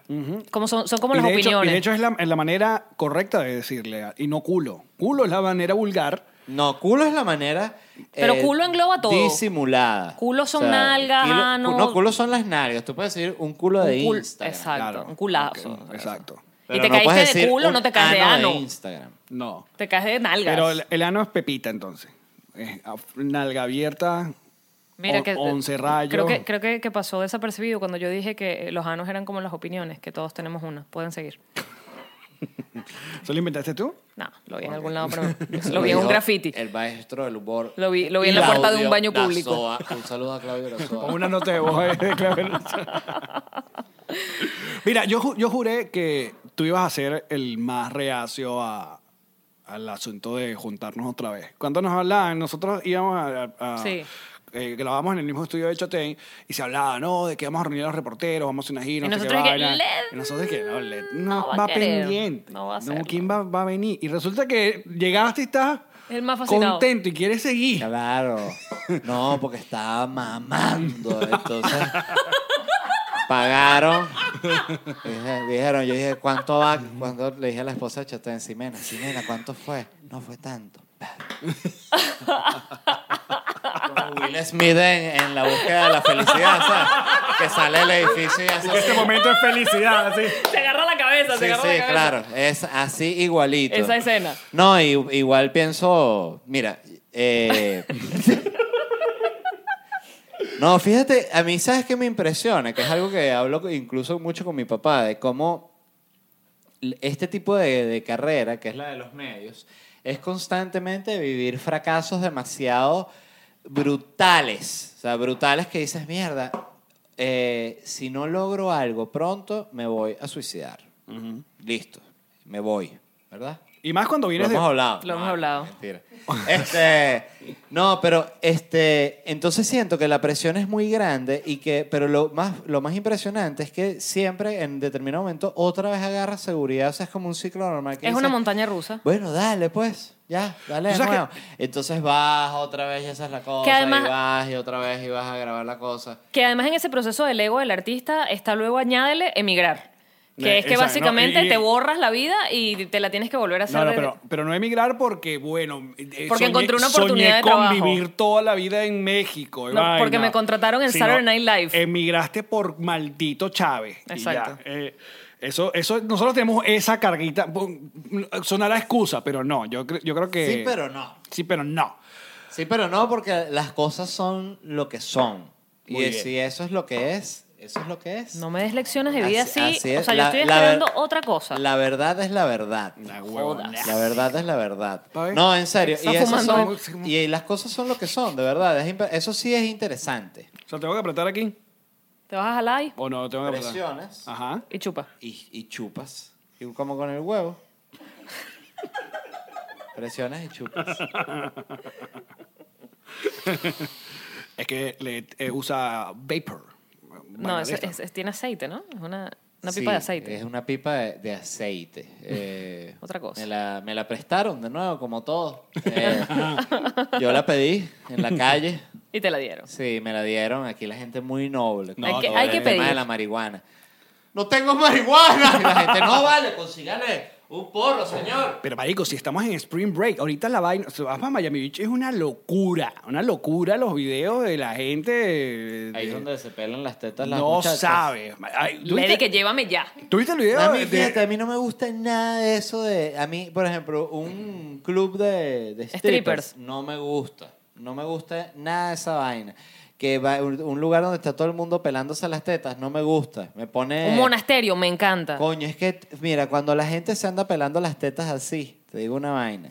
Speaker 2: Como son, son como
Speaker 1: Y
Speaker 2: las
Speaker 1: de hecho- y
Speaker 2: opiniones.
Speaker 1: de hecho es la, es la manera correcta de decirle, y no culo. Culo es la manera vulgar.
Speaker 4: No, culo es la manera. eh,
Speaker 2: Pero culo engloba todo.
Speaker 4: Disimulada.
Speaker 2: Culo son nalgas,
Speaker 4: kilo-
Speaker 2: ano.
Speaker 4: cu- No, culo son las nalgas. Tú puedes decir un culo de
Speaker 2: Un cul-
Speaker 4: Instagram.
Speaker 2: exacto,
Speaker 1: Claro.
Speaker 2: un culazo.
Speaker 1: Ok, exacto.
Speaker 2: Y
Speaker 4: Pero
Speaker 2: te
Speaker 4: no puedes
Speaker 2: caíste de
Speaker 4: decir
Speaker 2: culo,
Speaker 4: un ah,
Speaker 2: no te caes de ano.
Speaker 4: de Instagram.
Speaker 1: No.
Speaker 2: Te caes de nalgas.
Speaker 1: Pero el, el ano es pepita, entonces. Es af- nalga abierta,
Speaker 2: Mira
Speaker 1: on-
Speaker 2: que,
Speaker 1: once rayos.
Speaker 2: Creo que, creo que, que pasó desapercibido cuando yo dije que los anos eran como las opiniones, que todos tenemos una. Pueden seguir.
Speaker 1: ¿Eso lo inventaste tú?
Speaker 2: No, lo vi en algún lado, pero lo vi en un graffiti.
Speaker 4: El maestro del humor.
Speaker 2: Lo vi- lo vi en la puerta de un baño
Speaker 4: Claudio
Speaker 2: público.
Speaker 4: Lazoa. Un saludo a Claudio Lazoa.
Speaker 1: Con una nota de voz ahí de Clavel. Mira, yo, ju- yo juré que tú ibas a ser el más reacio a- al asunto de juntarnos otra vez. Cuando nos hablaban, nosotros íbamos a... a- a-
Speaker 2: Sí.
Speaker 1: eh, grabamos en el mismo estudio de Chotén y se hablaba, no, de que vamos a reunir a los reporteros, vamos a una gira,
Speaker 2: Y
Speaker 1: no sé qué
Speaker 2: nosotros que,
Speaker 1: vaina.
Speaker 2: "Led
Speaker 1: Y nosotros que no, Led
Speaker 2: no
Speaker 1: no
Speaker 2: va a
Speaker 1: va
Speaker 2: querer,
Speaker 1: pendiente.
Speaker 2: no va a
Speaker 1: no
Speaker 2: hacerlo".
Speaker 1: ¿Quién va, va a venir? Y resulta que llegaste y estás
Speaker 2: El más fascinado.
Speaker 1: contento y quieres seguir.
Speaker 4: Claro. No, porque estaba mamando. Entonces pagaron. Dije- dijeron, yo dije, ¿cuánto va? Cuando le dije a la esposa de Chatén, Simena, Simena, ¿cuánto fue? No fue tanto. Como Will Smith en, en la búsqueda de la felicidad, ¿sabes? Que sale del edificio y hace así.
Speaker 1: Este momento es felicidad, así.
Speaker 2: Se agarra la cabeza, se
Speaker 4: Sí,
Speaker 2: agarra
Speaker 4: sí,
Speaker 2: la cabeza.
Speaker 4: claro. Es así igualito.
Speaker 2: Esa escena.
Speaker 4: No, y- igual pienso. Mira. eh, no, fíjate, a mí, ¿sabes qué me impresiona? Que es algo que hablo incluso mucho con mi papá, de cómo este tipo de, de carrera, que es la de los medios, es constantemente vivir fracasos demasiado brutales. O sea, brutales que dices, mierda, eh, si no logro algo pronto, me voy a suicidar. Listo, me voy, ¿verdad?
Speaker 1: Y más cuando vienes
Speaker 4: Lo hemos
Speaker 1: de...
Speaker 4: hablado.
Speaker 2: Lo hemos hablado.
Speaker 4: Ah, Mentira. Este, no, pero este, entonces siento que la presión es muy grande y que, pero lo más, lo más impresionante es que siempre en determinado momento otra vez agarra seguridad, o sea, es como un ciclo normal. que
Speaker 2: Es una
Speaker 4: dices,
Speaker 2: montaña rusa.
Speaker 4: Bueno, dale, pues, ya, dale.
Speaker 1: ¿Tú
Speaker 4: de
Speaker 1: sabes
Speaker 4: nuevo. Entonces vas otra vez y esa es la cosa,
Speaker 2: además-
Speaker 4: y vas y otra vez y vas a grabar la cosa.
Speaker 2: Que además en ese proceso del ego del artista está luego añádele emigrar. Que
Speaker 1: Eh,
Speaker 2: es
Speaker 1: exacto,
Speaker 2: que
Speaker 1: ¿no?
Speaker 2: básicamente
Speaker 1: Y-
Speaker 2: te borras la vida y te la tienes que volver a hacer.
Speaker 1: No, no,
Speaker 2: desde-
Speaker 1: pero, pero no emigrar porque, bueno... eh,
Speaker 2: Porque
Speaker 1: soñé-
Speaker 2: encontré una oportunidad de
Speaker 1: soñé
Speaker 2: trabajo.
Speaker 1: con vivir toda la vida en México. y
Speaker 2: No,
Speaker 1: vaina.
Speaker 2: porque me contrataron en
Speaker 1: Sino,
Speaker 2: Saturday Night Live.
Speaker 1: Emigraste por maldito Chávez. y ya.
Speaker 2: Exacto.
Speaker 1: Eh, eso, eso, nosotros tenemos esa carguita. bu- Sonará excusa, pero no. Yo, cre- yo creo que...
Speaker 4: Sí, pero no.
Speaker 1: Sí, pero no.
Speaker 4: Sí, pero no, porque las cosas son lo que son. Y
Speaker 1: Muy bien.
Speaker 4: si eso es lo que es, eso es lo que es.
Speaker 2: No me des lecciones de vida así.
Speaker 4: es.
Speaker 2: o sea,
Speaker 4: La-
Speaker 2: yo estoy
Speaker 4: la ver-
Speaker 2: esperando otra cosa.
Speaker 4: La verdad es la verdad.
Speaker 1: Jodas.
Speaker 4: La verdad es la verdad.
Speaker 1: Pa' ver.
Speaker 4: No, en serio.
Speaker 2: Está
Speaker 4: Y, eso
Speaker 2: fumando.
Speaker 4: son- y las cosas son lo que son, de verdad. Es imp- eso sí es interesante.
Speaker 1: O sea, ¿tengo que apretar aquí?
Speaker 2: Te vas a jalar ahí
Speaker 1: ¿O no tengo que apretar?
Speaker 4: Presionas
Speaker 1: Ajá.
Speaker 2: y chupa.
Speaker 4: y, y chupas. Y como con el huevo. Presionas y chupas.
Speaker 1: Es que le, eh, usa vapor.
Speaker 2: No,
Speaker 1: Vaina
Speaker 2: es-
Speaker 1: de esta.
Speaker 2: es- es- tiene aceite, ¿no? Es una, una pipa
Speaker 4: Sí,
Speaker 2: de aceite.
Speaker 4: Es una pipa de, de aceite. Eh,
Speaker 2: Otra cosa.
Speaker 4: Me la, me la prestaron de nuevo, como todo. Eh, yo la pedí en la calle.
Speaker 2: Y te la dieron.
Speaker 4: Sí, me la dieron. Aquí la gente muy noble.
Speaker 2: Hay
Speaker 4: con
Speaker 2: que-
Speaker 4: todo
Speaker 2: hay
Speaker 4: el
Speaker 2: que
Speaker 4: tema
Speaker 2: pedir.
Speaker 4: de la marihuana. ¡No tengo marihuana! Y la gente, no vale, consígale Un porro, señor.
Speaker 1: Pero marico, si estamos en Spring Break, ahorita la vaina, si vas para Miami Beach es una locura, una locura los videos de la gente. de-
Speaker 4: Ahí es
Speaker 1: de-
Speaker 4: donde se pelan las tetas las
Speaker 1: no
Speaker 4: muchachas.
Speaker 1: sabes. Ay, ¿tú
Speaker 2: Le
Speaker 1: viste-
Speaker 2: dije, llévame ya.
Speaker 1: ¿Tú viste el video?
Speaker 4: A mí,
Speaker 1: de-
Speaker 4: fíjate, a mí no me gusta nada de eso de... A mí, por ejemplo, un club de, de strippers,
Speaker 2: Strippers.
Speaker 4: no me gusta. No me gusta nada de esa vaina. Que va un un lugar donde está todo el mundo pelándose las tetas, no me gusta. Me pone...
Speaker 2: Un monasterio, me encanta.
Speaker 4: Eh, Coño, es que, mira, cuando la gente se anda pelando las tetas así, te digo una vaina.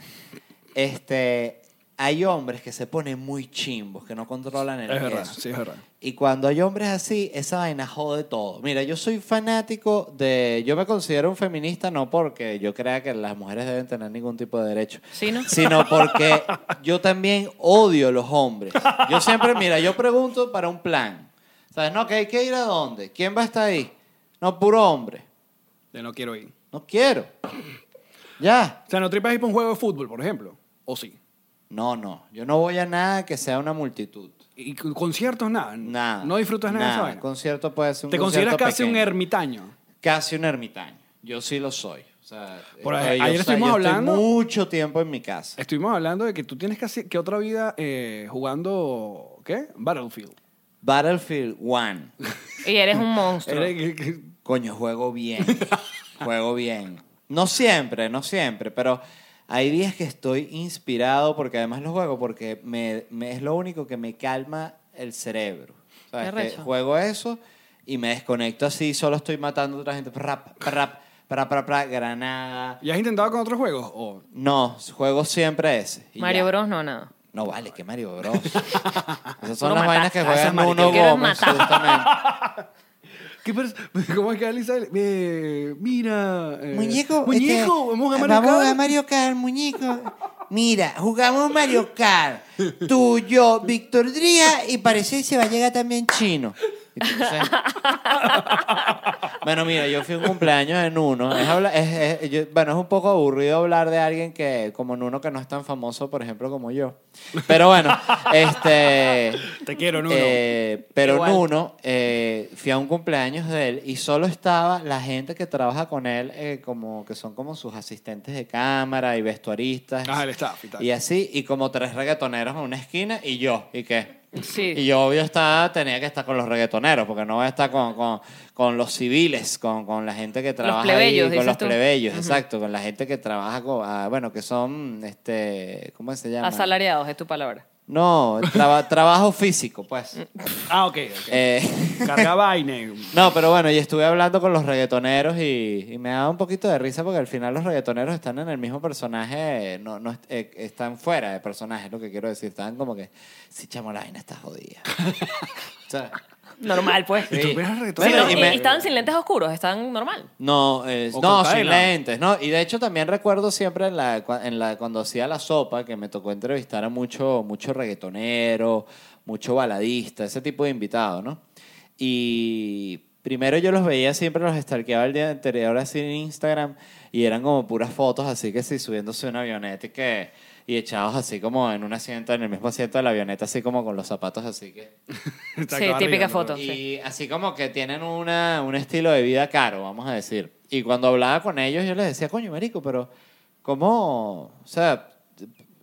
Speaker 4: Este, hay hombres que se ponen muy chimbos, que no controlan el
Speaker 1: Es verdad,
Speaker 4: queso.
Speaker 1: sí, es verdad.
Speaker 4: Y cuando hay hombres así, esa vaina jode todo. Mira, yo soy fanático de. Yo me considero un feminista no porque yo crea que las mujeres deben tener ningún tipo de derecho.
Speaker 2: Sí, ¿no?
Speaker 4: Sino porque yo también odio los hombres. Yo siempre, mira, yo pregunto para un plan. ¿Sabes? No, que hay que ir a dónde. ¿Quién va a estar ahí? No, puro hombre.
Speaker 1: de no quiero ir.
Speaker 4: No quiero. Ya.
Speaker 1: O sea, no tripas ir para un juego de fútbol, por ejemplo. O sí.
Speaker 4: No, no. Yo no voy a nada que sea una multitud.
Speaker 1: Y con- conciertos, nada.
Speaker 4: Nada.
Speaker 1: No disfrutas nada, de esa
Speaker 4: nada.
Speaker 1: vaina.
Speaker 4: concierto puede ser un
Speaker 1: Te
Speaker 4: concierto
Speaker 1: consideras casi un
Speaker 4: pequeño.
Speaker 1: ermitaño.
Speaker 4: casi un ermitaño. Yo sí lo soy. O sea,
Speaker 1: Por
Speaker 4: eh,
Speaker 1: ahí- ayer
Speaker 4: yo- o sea,
Speaker 1: estuvimos
Speaker 4: yo
Speaker 1: hablando-
Speaker 4: Estoy mucho tiempo en mi casa.
Speaker 1: Estuvimos hablando de que tú tienes casi que otra vida eh, jugando, ¿qué? Battlefield.
Speaker 4: Battlefield 1.
Speaker 2: Y eres un monstruo.
Speaker 1: Era que- que-
Speaker 4: Coño, juego bien. juego bien. No siempre, no siempre, pero hay días que estoy inspirado porque además lo juego porque me, me- es lo único que me calma el cerebro. ¿Sabes?
Speaker 2: Qué
Speaker 4: Que
Speaker 2: recho.
Speaker 4: juego eso y me desconecto así, solo estoy matando a otra gente. Prap, prap, prap, prap, prap, granada.
Speaker 1: ¿Y has intentado con otros juegos? O-
Speaker 4: No, juego siempre ese. y
Speaker 2: Mario
Speaker 4: ya.
Speaker 2: Bros, no, nada.
Speaker 4: No vale, que Mario Bros. Esas son
Speaker 2: Uno mata-
Speaker 4: las vainas que
Speaker 2: Ah,
Speaker 4: juegan
Speaker 2: esas marica-
Speaker 4: Nuno
Speaker 2: quieren
Speaker 4: Gómez,
Speaker 2: matar.
Speaker 4: justamente.
Speaker 1: ¿Qué pers- ¿Cómo es que Alisa? Eh, mira. eh,
Speaker 5: Muñeco, este,
Speaker 1: Muñeco,
Speaker 4: eh,
Speaker 1: vamos a Mario
Speaker 5: vamos
Speaker 1: Kart.
Speaker 5: a Mario Kart, muñeco.
Speaker 4: Mira, jugamos Mario Kart. Tú, yo, Víctor Dría y parece que va a llegar también chino. Y tú, o sea- bueno, mira, yo fui a un cumpleaños de Nuno. Es habla- es- es- yo- bueno, es un poco aburrido hablar de alguien que, como Nuno, que no es tan famoso, por ejemplo, como yo. Pero bueno, este.
Speaker 1: Te quiero, Nuno.
Speaker 4: Eh, pero
Speaker 2: Igual.
Speaker 4: Nuno, eh, fui a un cumpleaños de él y solo estaba la gente que trabaja con él, eh, como que son como sus asistentes de cámara y vestuaristas.
Speaker 1: Ah, el staff y tal.
Speaker 4: Y así, y como tres reggaetoneros en una esquina y yo, ¿y qué?
Speaker 2: Sí.
Speaker 4: Y yo, obvio, estaba, tenía que estar con los reggaetoneros, porque no voy a estar con, con- con los civiles, con, con la gente que trabaja. ahí,
Speaker 2: plebeyos,
Speaker 4: con
Speaker 2: dices
Speaker 4: los
Speaker 2: tú.
Speaker 4: plebeyos, exacto, con la gente que trabaja, con, ah, bueno, que son, este, ¿cómo se llama?
Speaker 2: Asalariados es tu palabra.
Speaker 4: No, traba- trabajo físico, pues.
Speaker 2: Mm,
Speaker 1: Ah, ok. ok.
Speaker 4: Eh,
Speaker 1: Carga vaina. y-
Speaker 4: no, pero bueno, y estuve hablando con los reggaetoneros y, y me daba un poquito de risa porque al final los reggaetoneros están en el mismo personaje, eh, no, no est- eh, están fuera de personaje, es lo que quiero decir. Están como que, sí, chamo, la vaina está jodida. O sea,
Speaker 2: Normal, pues.
Speaker 4: Sí.
Speaker 1: ¿Y tú eras reggaetonero?
Speaker 2: Sí,
Speaker 4: Bueno,
Speaker 2: no,
Speaker 4: y
Speaker 2: y,
Speaker 4: me-
Speaker 2: y estaban sin lentes oscuros, estaban normal.
Speaker 4: No, eh,
Speaker 1: O
Speaker 4: no
Speaker 1: con
Speaker 4: sin
Speaker 1: cadena.
Speaker 4: lentes, ¿no? Y de hecho también recuerdo siempre en la, cua- en la, cuando hacía la sopa que me tocó entrevistar a mucho, mucho reggaetonero, mucho baladista, ese tipo de invitado, ¿no? Y primero yo los veía siempre, los stalkeaba el día anterior así en Instagram y eran como puras fotos así que sí, subiéndose a una avioneta y que... Y echados así como en un asiento, en el mismo asiento de la avioneta, así como con los zapatos así que...
Speaker 1: Está
Speaker 2: Sí,
Speaker 1: acá
Speaker 2: típica
Speaker 1: arriba, ¿no?
Speaker 2: foto.
Speaker 4: Y así como que tienen una, un estilo de vida caro, vamos a decir. Y cuando hablaba con ellos, yo les decía, coño, marico, pero ¿cómo? O sea,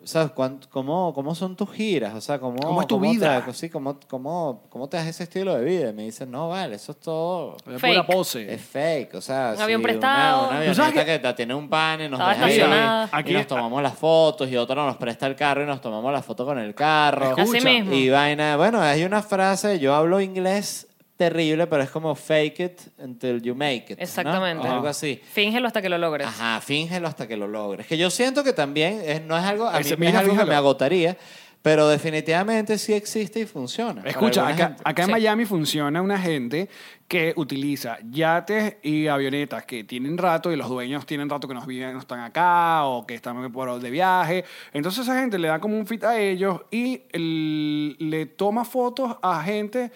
Speaker 4: o sea, cuán- cómo, cómo son tus giras? O sea, ¿cómo,
Speaker 1: ¿Cómo es tu
Speaker 4: te-
Speaker 1: vida?
Speaker 4: sí, ¿cómo, cómo, cómo te das ese estilo de vida? Y me dicen, no, vale, eso es todo...
Speaker 1: Era
Speaker 2: Fake.
Speaker 1: Pura pose.
Speaker 4: Es fake, o sea,
Speaker 2: Un
Speaker 4: sí,
Speaker 2: avión
Speaker 4: una-
Speaker 2: prestado.
Speaker 4: Una,
Speaker 1: ¿Tú sabes
Speaker 4: avioneta que... la tiene un pan y nos
Speaker 2: Estaba
Speaker 4: deja ahí,
Speaker 2: estacionada.
Speaker 4: y
Speaker 1: Aquí-
Speaker 4: nos tomamos las fotos y otro nos presta el carro y nos tomamos la foto con el carro.
Speaker 2: Así Escucha. mismo.
Speaker 4: Y vaina, bueno, hay una frase, yo hablo inglés terrible, pero es como fake it until you make it. ¿no?
Speaker 2: Exactamente.
Speaker 4: Algo así.
Speaker 2: Fíngelo hasta que lo logres.
Speaker 4: Ajá, fíngelo hasta que lo logres. Que yo siento que también es- no es algo, a mí
Speaker 1: Ese,
Speaker 4: no es
Speaker 1: mira,
Speaker 4: algo que
Speaker 1: fíjalo.
Speaker 4: me agotaría, pero definitivamente sí existe y funciona. para
Speaker 1: Escucha,
Speaker 4: alguna
Speaker 1: acá,
Speaker 4: gente.
Speaker 1: acá en
Speaker 2: Sí.
Speaker 1: Miami funciona una gente que utiliza yates y avionetas que tienen rato y los dueños tienen rato que nos viven, no están acá o que están por de viaje. Entonces esa gente le da como un fit a ellos y el- le toma fotos a gente.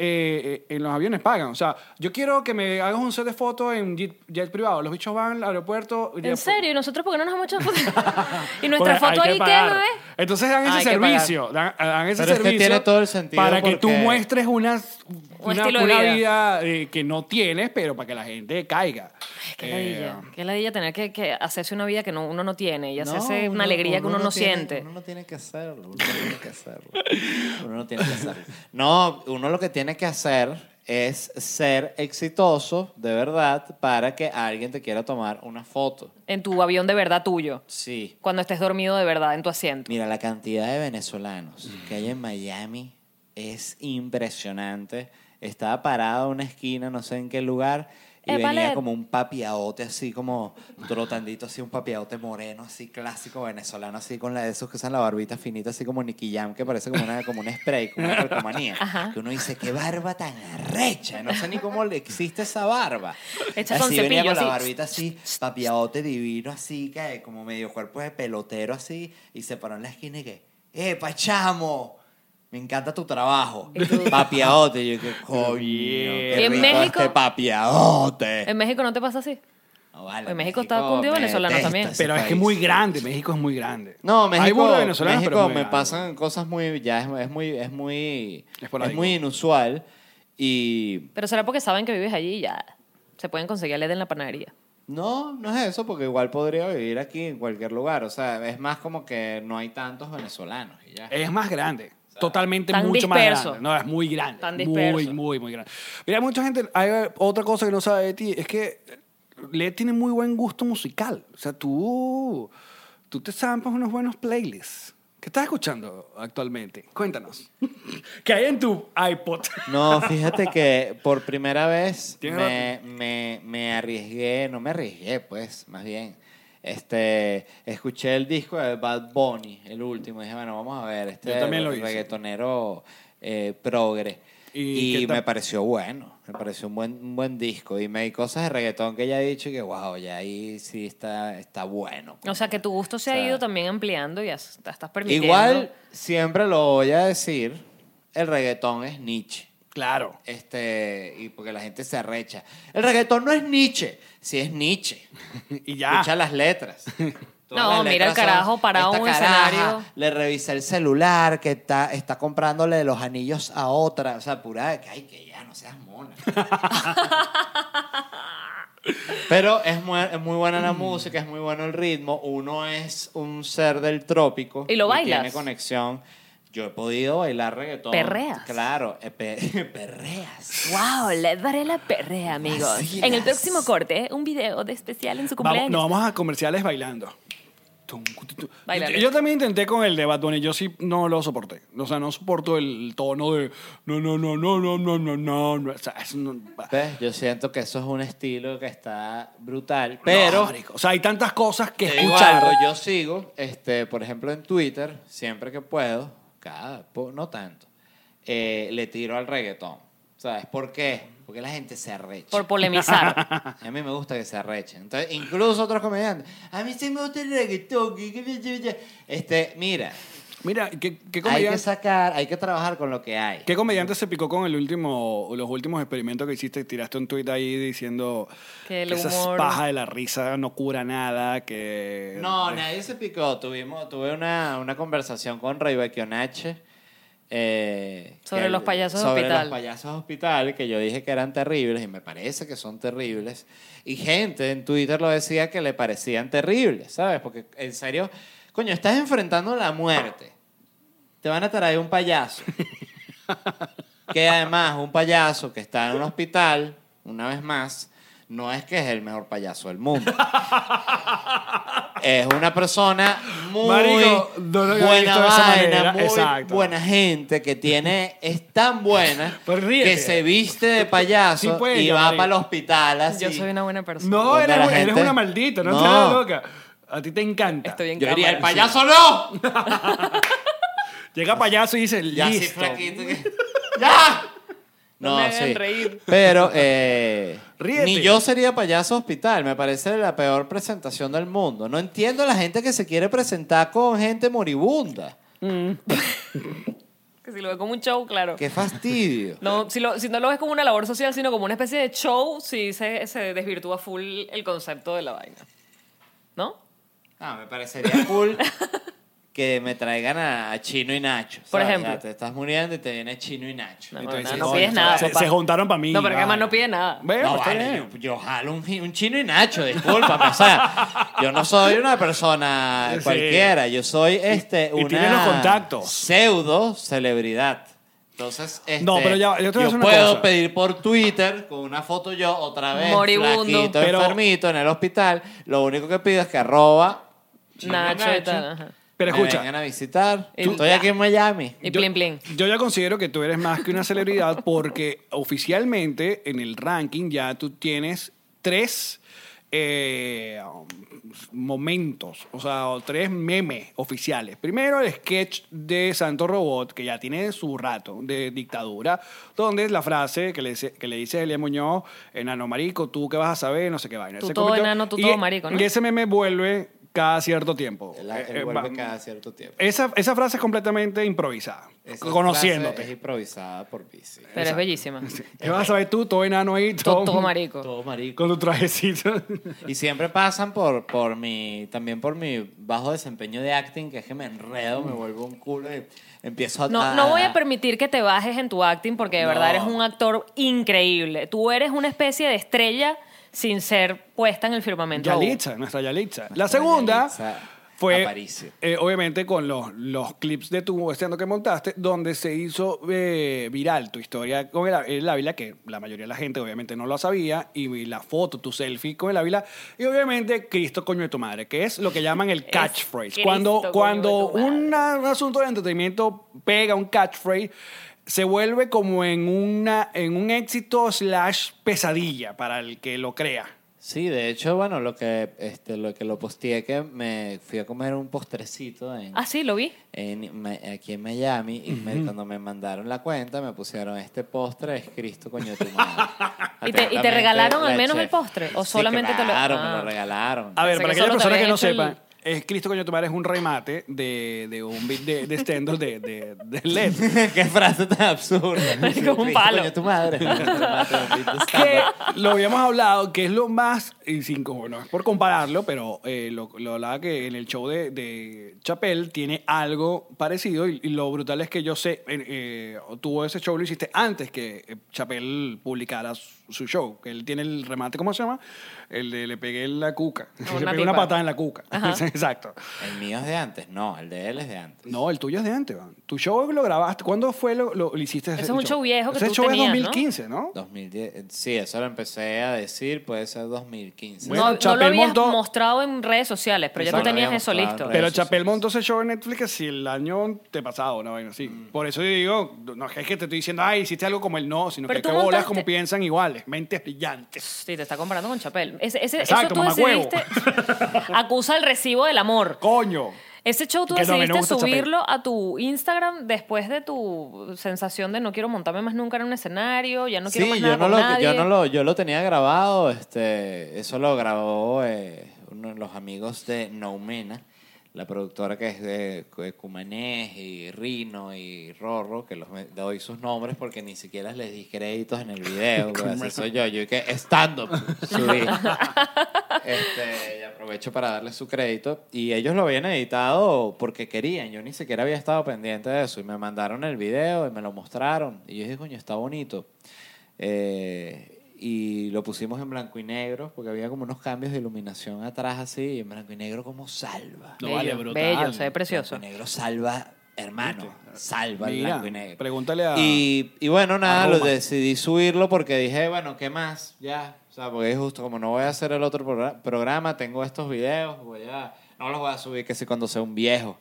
Speaker 1: eh, eh, en los aviones pagan. O sea, yo quiero que me hagas un set de fotos en jet, jet privado. Los bichos van al aeropuerto.
Speaker 2: ¿En serio? ¿Y nosotros por qué no nos hemos hecho fotos? ¿Y
Speaker 1: Porque
Speaker 2: nuestra foto
Speaker 1: hay
Speaker 2: ahí
Speaker 1: que
Speaker 2: qué,
Speaker 1: pagar.
Speaker 2: bebé?
Speaker 1: Entonces dan ese
Speaker 2: Ah, Hay que
Speaker 1: servicio. Dan, dan ese
Speaker 4: Pero es que
Speaker 1: servicio
Speaker 4: tiene todo el sentido
Speaker 1: Para que tú
Speaker 4: porque-
Speaker 1: muestres unas
Speaker 2: Un
Speaker 1: una,
Speaker 2: estilo de
Speaker 1: una
Speaker 2: vida.
Speaker 1: eh, que no tienes, pero para que la gente caiga.
Speaker 2: Qué
Speaker 1: Eh,
Speaker 2: ladilla. Qué ladilla tener que, que hacerse una vida que no, uno no tiene y
Speaker 4: No,
Speaker 2: hacerse una alegría que uno no,
Speaker 4: tiene-
Speaker 2: siente.
Speaker 4: Uno no tiene que hacerlo. Uno no tiene que hacerlo. Uno no tiene que hacerlo. No, uno lo que tiene que hacer es ser exitoso de verdad para que alguien te quiera tomar una foto.
Speaker 2: En tu avión de verdad tuyo.
Speaker 4: Sí.
Speaker 2: Cuando estés dormido de verdad en tu asiento.
Speaker 4: Mira, la cantidad de venezolanos que hay en Miami es impresionante. Estaba parada en una esquina, no sé en qué lugar, y
Speaker 2: Eh,
Speaker 4: venía
Speaker 2: vale.
Speaker 4: como un papiaote así, como trotandito así, un papiaote moreno, así clásico venezolano, así con la de esos que usan la barbita finita, así como Nicky Jam, que parece como, una, como un spray, como una calcomanía. Que uno dice, qué barba tan arrecha. No sé ni cómo le existe esa barba.
Speaker 2: Hecha con
Speaker 4: venía
Speaker 2: cepillo,
Speaker 4: con la
Speaker 2: así.
Speaker 4: barbita así, papiaote divino, así, que como medio cuerpo de pelotero, así, y se paró en la esquina y que, ¡eh, pachamo! Me encanta tu trabajo. Papiaote. Yo que, coño, qué
Speaker 2: Y en
Speaker 4: rico
Speaker 2: México-
Speaker 4: este papiaote.
Speaker 2: En México no te pasa así.
Speaker 4: No, vale,
Speaker 2: en México está cundido
Speaker 4: me
Speaker 2: venezolano
Speaker 4: detesta
Speaker 2: también.
Speaker 4: ese
Speaker 1: Pero es que
Speaker 4: país.
Speaker 1: muy grande, México es muy grande.
Speaker 4: No, México,
Speaker 1: Hay burda venezolana,
Speaker 4: México
Speaker 1: pero es muy
Speaker 4: me
Speaker 1: grande.
Speaker 4: pasan cosas muy, ya es, es muy, es muy, es
Speaker 1: Esporádico.
Speaker 4: muy inusual y
Speaker 2: Pero será porque saben que vives allí y ya se pueden conseguir el en la panadería.
Speaker 4: No, no es eso, porque igual podría vivir aquí en cualquier lugar. O sea, es más como que no hay tantos venezolanos y ya.
Speaker 1: Es más grande. Totalmente
Speaker 2: Tan
Speaker 1: mucho más
Speaker 2: disperso.
Speaker 1: grande. No, es muy grande.
Speaker 2: Tan
Speaker 1: Muy,
Speaker 2: disperso.
Speaker 1: muy, muy grande. Mira, mucha gente. Hay otra cosa que no sabe de ti. Es que Led tiene muy buen gusto musical. O sea, tú. Tú te zampas unos buenos playlists. ¿Qué estás escuchando actualmente? Cuéntanos. ¿Qué hay en tu iPod?
Speaker 4: No, fíjate que por primera vez
Speaker 1: Tienes
Speaker 4: me, me, me arriesgué, no me arriesgué, pues, más bien. Este, escuché el disco de Bad Bunny, el último, y dije, bueno, vamos a ver, este
Speaker 1: Yo también lo hice.
Speaker 4: reggaetonero eh, progre.
Speaker 1: ¿Y
Speaker 4: Y,
Speaker 1: qué tal?
Speaker 4: me pareció bueno, me pareció un buen, un buen disco. Y me di cosas de reggaetón que ella ha dicho y que, wow, ya ahí sí está, está bueno.
Speaker 2: O sea, que tu gusto se
Speaker 4: O
Speaker 2: ha
Speaker 4: sea,
Speaker 2: ido también ampliando y has- te estás permitiendo.
Speaker 4: Igual, siempre lo voy a decir, el reggaetón es Nietzsche.
Speaker 1: Claro.
Speaker 4: Este, y porque la gente se arrecha. El reggaetón no es Nietzsche, si es Nietzsche.
Speaker 1: Y ya.
Speaker 4: Escucha las letras. Todas
Speaker 2: No,
Speaker 4: las
Speaker 2: mira el
Speaker 4: son,
Speaker 2: carajo parado
Speaker 4: "Esta
Speaker 2: en un
Speaker 4: caraja
Speaker 2: escenario".
Speaker 4: Le revisa el celular, que está, está comprándole los anillos a otra. O sea, pura, que ay, que ya no seas mona. Pero es muy, es muy buena
Speaker 2: Mm.
Speaker 4: la música, es muy bueno el ritmo. Uno es un ser del trópico.
Speaker 2: ¿Y lo bailas?
Speaker 4: Tiene conexión. Yo he podido bailar reggaetón.
Speaker 2: ¿Perreas?
Speaker 4: Claro, eh, pe- perreas.
Speaker 2: ¡Wow! Les daré la perrea, amigos.
Speaker 4: Vacilas.
Speaker 2: En el próximo corte, un video de especial en su
Speaker 1: Vamos,
Speaker 2: cumpleaños.
Speaker 1: nos vamos a comerciales bailando. Tum, cu, tu, tu.
Speaker 2: Bailale.
Speaker 1: Yo, yo también intenté con el de Bad Bunny, yo sí no lo soporté. O sea, no soporto el tono de no, no, no, no, no, no, no, no. no. O sea, eso no-
Speaker 4: ¿Ves? Yo siento que eso es un estilo que está brutal, pero
Speaker 1: No, marico. o sea, hay tantas cosas que
Speaker 4: te digo
Speaker 1: escuchar.
Speaker 4: algo, yo sigo, este, por ejemplo, en Twitter, siempre que puedo, cada, po- no tanto, eh, le tiro al reggaetón. ¿Sabes por qué? Porque la gente se arrecha.
Speaker 2: Por polemizar.
Speaker 4: A mí me gusta que se arrechen. Entonces, incluso otros comediantes. A mí sí me gusta el reggaetón. que- que- que- que- que". Este, mira,
Speaker 1: Mira, ¿qué, qué
Speaker 4: hay que
Speaker 1: comediante,
Speaker 4: sacar, hay que trabajar con lo que hay.
Speaker 1: qué comediante se picó con el último, los últimos experimentos que hiciste? Tiraste un tuit ahí diciendo
Speaker 2: Que el
Speaker 1: esa
Speaker 2: humor-
Speaker 1: paja de la risa no cura nada, que...
Speaker 4: No, nadie se picó. Tuvimos, tuve una, una conversación con Rey Bequionache. eh,
Speaker 2: Sobre
Speaker 4: que-
Speaker 2: los payasos
Speaker 4: sobre
Speaker 2: hospital.
Speaker 4: los payasos hospital, que yo dije que eran terribles y me parece que son terribles. Y gente en Twitter lo decía que le parecían terribles, ¿sabes? Porque en serio, coño, estás enfrentando la muerte. Te van a traer un payaso. que además un payaso que está en un hospital, una vez más, no es que es el mejor payaso del mundo. es una persona muy
Speaker 1: Marico, no lo había
Speaker 4: buena
Speaker 1: visto de esa manera.
Speaker 4: vaina, muy
Speaker 1: Exacto.
Speaker 4: buena gente que tiene, es tan buena
Speaker 1: Pues ríete.
Speaker 4: que se viste de payaso
Speaker 1: Sí puede,
Speaker 4: y va
Speaker 1: marico.
Speaker 4: para el hospital así.
Speaker 2: Yo soy una buena persona.
Speaker 1: No,
Speaker 4: Donde
Speaker 1: eres,
Speaker 4: la
Speaker 1: eres
Speaker 4: gente-
Speaker 1: una maldita, no,
Speaker 4: No.
Speaker 1: te hagas loca. A ti te encanta.
Speaker 2: Estoy en
Speaker 4: Yo diría,
Speaker 2: cámara.
Speaker 4: el payaso no.
Speaker 1: Llega payaso y dice,
Speaker 4: Ya así
Speaker 1: listo.
Speaker 4: flaquito que- ¡Ya!
Speaker 2: No
Speaker 4: No,
Speaker 2: me hagan
Speaker 4: sí.
Speaker 2: reír.
Speaker 4: Pero eh,
Speaker 1: Ríete.
Speaker 4: ni yo sería payaso hospital. Me parece la peor presentación del mundo. No entiendo a la gente que se quiere presentar con gente moribunda.
Speaker 2: Que si lo ve como un show, claro.
Speaker 4: Qué fastidio.
Speaker 2: No, si, lo- si no lo ves como una labor social, sino como una especie de show, sí se, se desvirtúa full el concepto de la vaina. ¿No?
Speaker 4: Ah, me parecería cool que me traigan a, a Chino y Nacho.
Speaker 2: Por
Speaker 4: ¿sabes?
Speaker 2: ejemplo.
Speaker 4: Ya te estás muriendo y te viene Chino y Nacho.
Speaker 2: No,
Speaker 4: No,
Speaker 1: Y tú
Speaker 2: no, no,
Speaker 1: dices,
Speaker 2: no
Speaker 1: "Oye,
Speaker 2: pides nada,
Speaker 1: se-
Speaker 2: papá.
Speaker 1: Se juntaron para mí.
Speaker 2: No, pero que
Speaker 1: vale.
Speaker 2: además no pide nada.
Speaker 1: Bueno, está
Speaker 4: vale,
Speaker 1: bien.
Speaker 4: yo, yo jalo un, gi- un Chino y Nacho, discúlpame. o sea, yo no soy una persona
Speaker 1: Sí.
Speaker 4: cualquiera. Yo soy este,
Speaker 1: y
Speaker 4: una
Speaker 1: tiene los contactos.
Speaker 4: pseudo celebridad. Entonces, este,
Speaker 1: No, pero ya va, yo te voy a hacer una
Speaker 4: puedo
Speaker 1: cosa.
Speaker 4: pedir por Twitter con una foto yo otra vez
Speaker 2: Moribundo.
Speaker 4: flaquito,
Speaker 1: Pero-
Speaker 4: enfermito en el hospital. Lo único que pido es que arroba Chino
Speaker 2: Nacho y tal. ajá.
Speaker 1: Pero
Speaker 4: me
Speaker 1: escucha, Eh,
Speaker 4: vengan a visitar.
Speaker 2: Tú-
Speaker 4: Estoy aquí en Miami.
Speaker 2: Y
Speaker 1: Yo-
Speaker 2: plin plin.
Speaker 1: Yo ya considero que tú eres más que una celebridad porque oficialmente en el ranking ya tú tienes tres eh, momentos, o sea, o tres memes oficiales. Primero el sketch de Santo Robot, que ya tiene su rato de dictadura, donde la frase que le, dice- que le dice Elia Muñoz, enano marico, tú qué vas a saber, no sé qué vaina.
Speaker 2: Tú
Speaker 1: Se
Speaker 2: todo
Speaker 1: convirtió-
Speaker 2: enano, tú
Speaker 1: y-
Speaker 2: todo marico, ¿no?
Speaker 1: Y ese meme vuelve cada cierto tiempo.
Speaker 4: El, el
Speaker 1: Eh, eh,
Speaker 4: vuelve
Speaker 1: va-
Speaker 4: cada cierto tiempo.
Speaker 1: esa, esa frase es completamente improvisada.
Speaker 4: Esa frase Es
Speaker 1: conociéndote.
Speaker 4: improvisada por bici.
Speaker 2: Pero es bellísima.
Speaker 1: ¿Qué vas a saber tú, todo enano ahí, todo,
Speaker 2: Todo, todo marico.
Speaker 4: Todo marico.
Speaker 1: con tu trajecito?
Speaker 4: Y siempre pasan por, por mi, también por mi bajo desempeño de acting, que es que me enredo, me vuelvo un culo y empiezo a...
Speaker 2: No, no voy a permitir que te bajes en tu acting porque de
Speaker 4: Ah. No.
Speaker 2: verdad eres un actor increíble. Tú eres una especie de estrella sin ser puesta en el firmamento. aún.
Speaker 1: Yalitza, nuestra Yalitza. La segunda
Speaker 4: Yalitza
Speaker 1: fue,
Speaker 4: Aparicio.
Speaker 1: eh, obviamente, con los, los clips de tu estando que montaste, donde se hizo eh, viral tu historia con el, el Ávila, que la mayoría de la gente obviamente no lo sabía, y la foto, tu selfie con el Ávila, y obviamente Cristo coño de tu madre, que es lo que llaman el
Speaker 2: Es
Speaker 1: catchphrase.
Speaker 2: Cristo
Speaker 1: Cuando,
Speaker 2: coño de
Speaker 1: cuando
Speaker 2: tu madre.
Speaker 1: una un asunto de entretenimiento pega un catchphrase, se vuelve como en, una, en un éxito slash pesadilla para el que lo crea.
Speaker 4: Sí, de hecho, bueno, lo que, este, lo que lo posteé que me fui a comer un postrecito en,
Speaker 2: Ah, sí, lo vi.
Speaker 4: en Ma- aquí en Miami y me- cuando me mandaron la cuenta me pusieron este postre es Cristo coño de tu madre.
Speaker 2: ¿Y te- y te
Speaker 4: Atentamente,
Speaker 2: regalaron al
Speaker 4: la
Speaker 2: menos el postre? ¿O
Speaker 4: Sí,
Speaker 2: solamente te lo-
Speaker 4: claro, me
Speaker 2: Ah.
Speaker 4: lo regalaron.
Speaker 1: A ver,
Speaker 2: Pensé
Speaker 1: para
Speaker 2: que
Speaker 1: aquellas
Speaker 2: solo te
Speaker 1: personas que
Speaker 2: habían
Speaker 1: no
Speaker 2: hecho el-
Speaker 1: sepan, es Cristo Coño Tomar es un remate de, de un beat de, de stand-up de, de, de E LED.
Speaker 4: Qué frase tan absurda.
Speaker 2: Es como un palo.
Speaker 4: Coño de tu madre.
Speaker 1: que lo habíamos hablado, que es lo más, y sin, bueno, es por compararlo, pero eh, lo, lo hablaba que en el show de, de Chappelle tiene algo parecido y, y lo brutal es que yo sé, eh, eh, tú ese show lo hiciste antes que eh, Chappelle publicara su, su show, que él tiene el remate, ¿cómo se llama? El de le pegué en la cuca,
Speaker 2: Una
Speaker 1: le pegué una
Speaker 2: pipa.
Speaker 1: patada en la cuca, exacto.
Speaker 4: El mío es de antes. No, el de él es de antes.
Speaker 1: No, el tuyo es de antes, man. Tu show lo grabaste. ¿Cuándo fue lo, lo, lo hiciste?
Speaker 2: Ese es un show viejo que
Speaker 1: ese
Speaker 2: tú
Speaker 1: show
Speaker 2: tenías, ¿no?
Speaker 1: es 2015, ¿no?
Speaker 4: 2010. eh, Sí, eso lo empecé a decir, puede ser 2015.
Speaker 1: Bueno,
Speaker 2: No- no,
Speaker 1: Chapel
Speaker 2: lo habías
Speaker 1: montó-
Speaker 2: mostrado en redes sociales, pero ya tú
Speaker 4: Exacto.
Speaker 2: tenías
Speaker 4: Lo
Speaker 2: eso
Speaker 4: habíamos
Speaker 2: listo.
Speaker 4: mostrado en
Speaker 1: Pero
Speaker 4: redes. Eso
Speaker 1: Chapel
Speaker 4: sí.
Speaker 1: montó ese show en Netflix si el año te pasado, una vaina
Speaker 4: Mm.
Speaker 1: así. Por eso yo digo, no es que te estoy diciendo, ay, hiciste algo como el no, sino
Speaker 2: Pero
Speaker 1: que
Speaker 2: tú
Speaker 1: qué bolas
Speaker 2: montaste-
Speaker 1: como piensan iguales, mentes brillantes.
Speaker 2: Sí, te está comparando con Chapel. Ese, ese-
Speaker 1: Exacto,
Speaker 2: eso tú
Speaker 1: mamacuevo.
Speaker 2: decidiste. acusa el recibo del amor.
Speaker 1: Coño.
Speaker 2: Ese show tú
Speaker 1: Que no, a mí no
Speaker 2: decidiste
Speaker 1: me gusta Chapel.
Speaker 2: subirlo a tu Instagram después de tu sensación de no quiero montarme más nunca en un escenario, ya no quiero más
Speaker 4: sí,
Speaker 2: nada
Speaker 4: yo no,
Speaker 2: con
Speaker 4: lo,
Speaker 2: nadie.
Speaker 4: yo no lo, yo lo tenía grabado, este, eso lo grabó eh, uno de los amigos de Noumena, la productora que es de, de Cumanés y Rino y Rorro, que los me- doy sus nombres porque ni siquiera les di créditos en el video, güey, así soy yo, yo que stand up subí. Este, y aprovecho para darles su crédito. Y ellos lo habían editado porque querían. Yo ni siquiera había estado pendiente de eso. Y me mandaron el video y me lo mostraron. Y yo dije, coño, está bonito. Eh, y lo pusimos en blanco y negro porque había como unos cambios de iluminación atrás así. Y en blanco y negro como salva.
Speaker 1: No
Speaker 2: bello,
Speaker 1: vale, brutal.
Speaker 2: bello, se ve precioso.
Speaker 4: Blanco y negro salva, hermano. Salva el
Speaker 1: Mira,
Speaker 4: blanco y negro.
Speaker 1: pregúntale a-
Speaker 4: Y, y bueno, nada,
Speaker 1: a
Speaker 4: lo
Speaker 1: Roma.
Speaker 4: decidí subirlo porque dije, bueno, ¿qué más? Ya. O sea, porque es justo, como no voy a hacer el otro progra- programa, tengo estos videos, voy a- no los voy a subir que si cuando sea un viejo.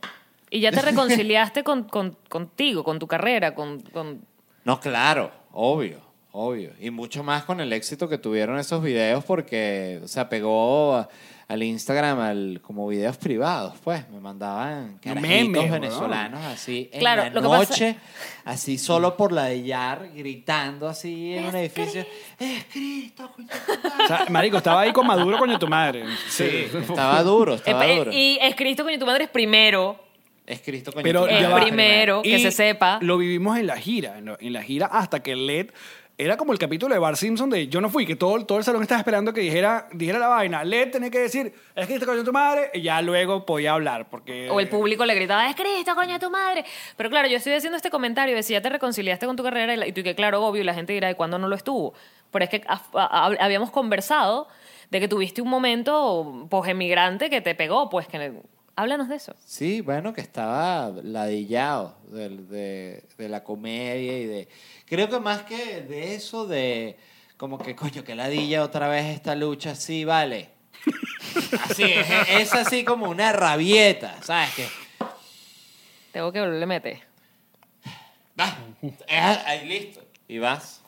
Speaker 2: Y ya te reconciliaste con, con- contigo, con tu carrera, con, con-
Speaker 4: No, claro, obvio, obvio. Y mucho más con el éxito que tuvieron esos videos porque, o sea, pegó a- al Instagram al, como videos privados, pues. Me mandaban carajitos
Speaker 1: Memes, weón.
Speaker 4: venezolanos así en
Speaker 2: Claro,
Speaker 4: la
Speaker 2: lo que pasa-
Speaker 4: noche, así solo por la de Yar, gritando así en un edificio. ¡Es Cristo! coño de tu madre".
Speaker 1: O sea, marico, estaba ahí con Maduro, coño, tu madre.
Speaker 4: Sí, estaba duro, estaba
Speaker 2: Epa, eh,
Speaker 4: duro.
Speaker 2: Y es Cristo coño, tu madre es primero.
Speaker 4: Es Cristo coño
Speaker 1: Pero
Speaker 4: de tu
Speaker 2: El
Speaker 1: ya
Speaker 4: madre.
Speaker 1: va.
Speaker 2: primero, que
Speaker 1: Y
Speaker 2: se sepa.
Speaker 1: Lo vivimos en la gira, en, lo- en la gira hasta que LED Era como el capítulo de Bart Simpson de Yo no fui, que todo, todo el salón estaba esperando que dijera, dijera la vaina. Led tenía que decir, es que te coño tu madre, y ya luego podía hablar. Porque,
Speaker 2: O el público le gritaba, es Cristo, coño, de tu madre. Pero claro, yo estoy haciendo este comentario de si ya te reconciliaste con tu carrera y la- y tú que claro, obvio, y la gente dirá, ¿y cuándo no lo estuvo? Pero es que a- a- a- habíamos conversado de que tuviste un momento posemigrante que te pegó, pues que... Háblanos de eso.
Speaker 4: Sí, bueno, que estaba ladillado del- de, de la comedia y de... Creo que más que de eso, de como que, coño, que ladilla otra vez esta lucha, sí, vale. Así, es, es así como una rabieta, ¿sabes? Que,
Speaker 2: Tengo que volverle a meter.
Speaker 4: vas, eh, ahí listo, y vas.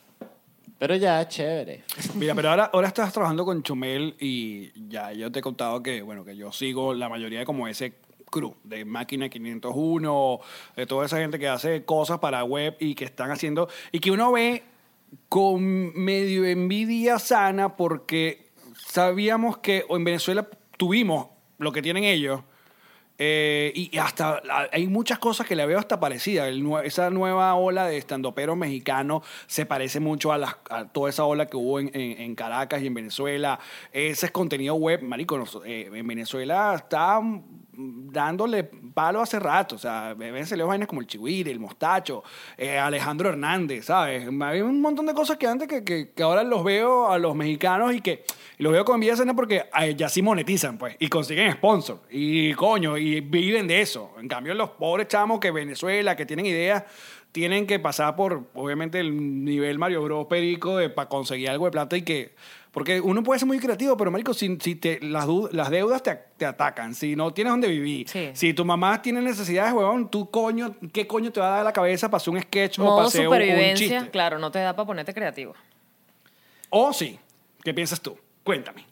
Speaker 4: Pero ya, chévere.
Speaker 1: Mira, pero ahora, ahora estás trabajando con Chumel y ya yo te he contado que, bueno, que yo sigo la mayoría de como ese crew de Máquina 501, de toda esa gente que hace cosas para web y que están haciendo, y que uno ve con medio envidia sana porque sabíamos que o en Venezuela tuvimos lo que tienen ellos. Eh, y y hasta la- hay muchas cosas que le veo hasta parecida. El nue- esa nueva ola de estandoperos mexicanos se parece mucho a, las, a toda esa ola que hubo en, en- en Caracas y en Venezuela. Ese es contenido web, marico. nos- eh, en Venezuela está mm, dándole palo hace rato. O sea, ven, se le vainas como el Chihuire, el Mostacho, eh, Alejandro Hernández, ¿sabes? Hay un montón de cosas que antes que, que- que ahora los veo a los mexicanos y que y los veo con envidia sana porque ay, ya sí monetizan, pues, y consiguen sponsor, y coño, y viven de eso. En cambio, los pobres chamos que Venezuela, que tienen ideas, tienen que pasar por, obviamente, el nivel Mario Bros. Perico para conseguir algo de plata y que... Porque uno puede ser muy creativo, pero, marico, si, si te, las, du- las deudas te, te atacan, si no tienes donde vivir,
Speaker 2: Sí.
Speaker 1: si tu mamá tiene necesidades, huevón, tú coño, ¿qué coño te va a dar la cabeza para hacer un sketch o para
Speaker 2: Modo
Speaker 1: hacer un, un
Speaker 2: supervivencia,
Speaker 1: chiste?
Speaker 2: claro, no te da para ponerte creativo.
Speaker 1: O sí, ¿qué piensas tú? Cuéntame.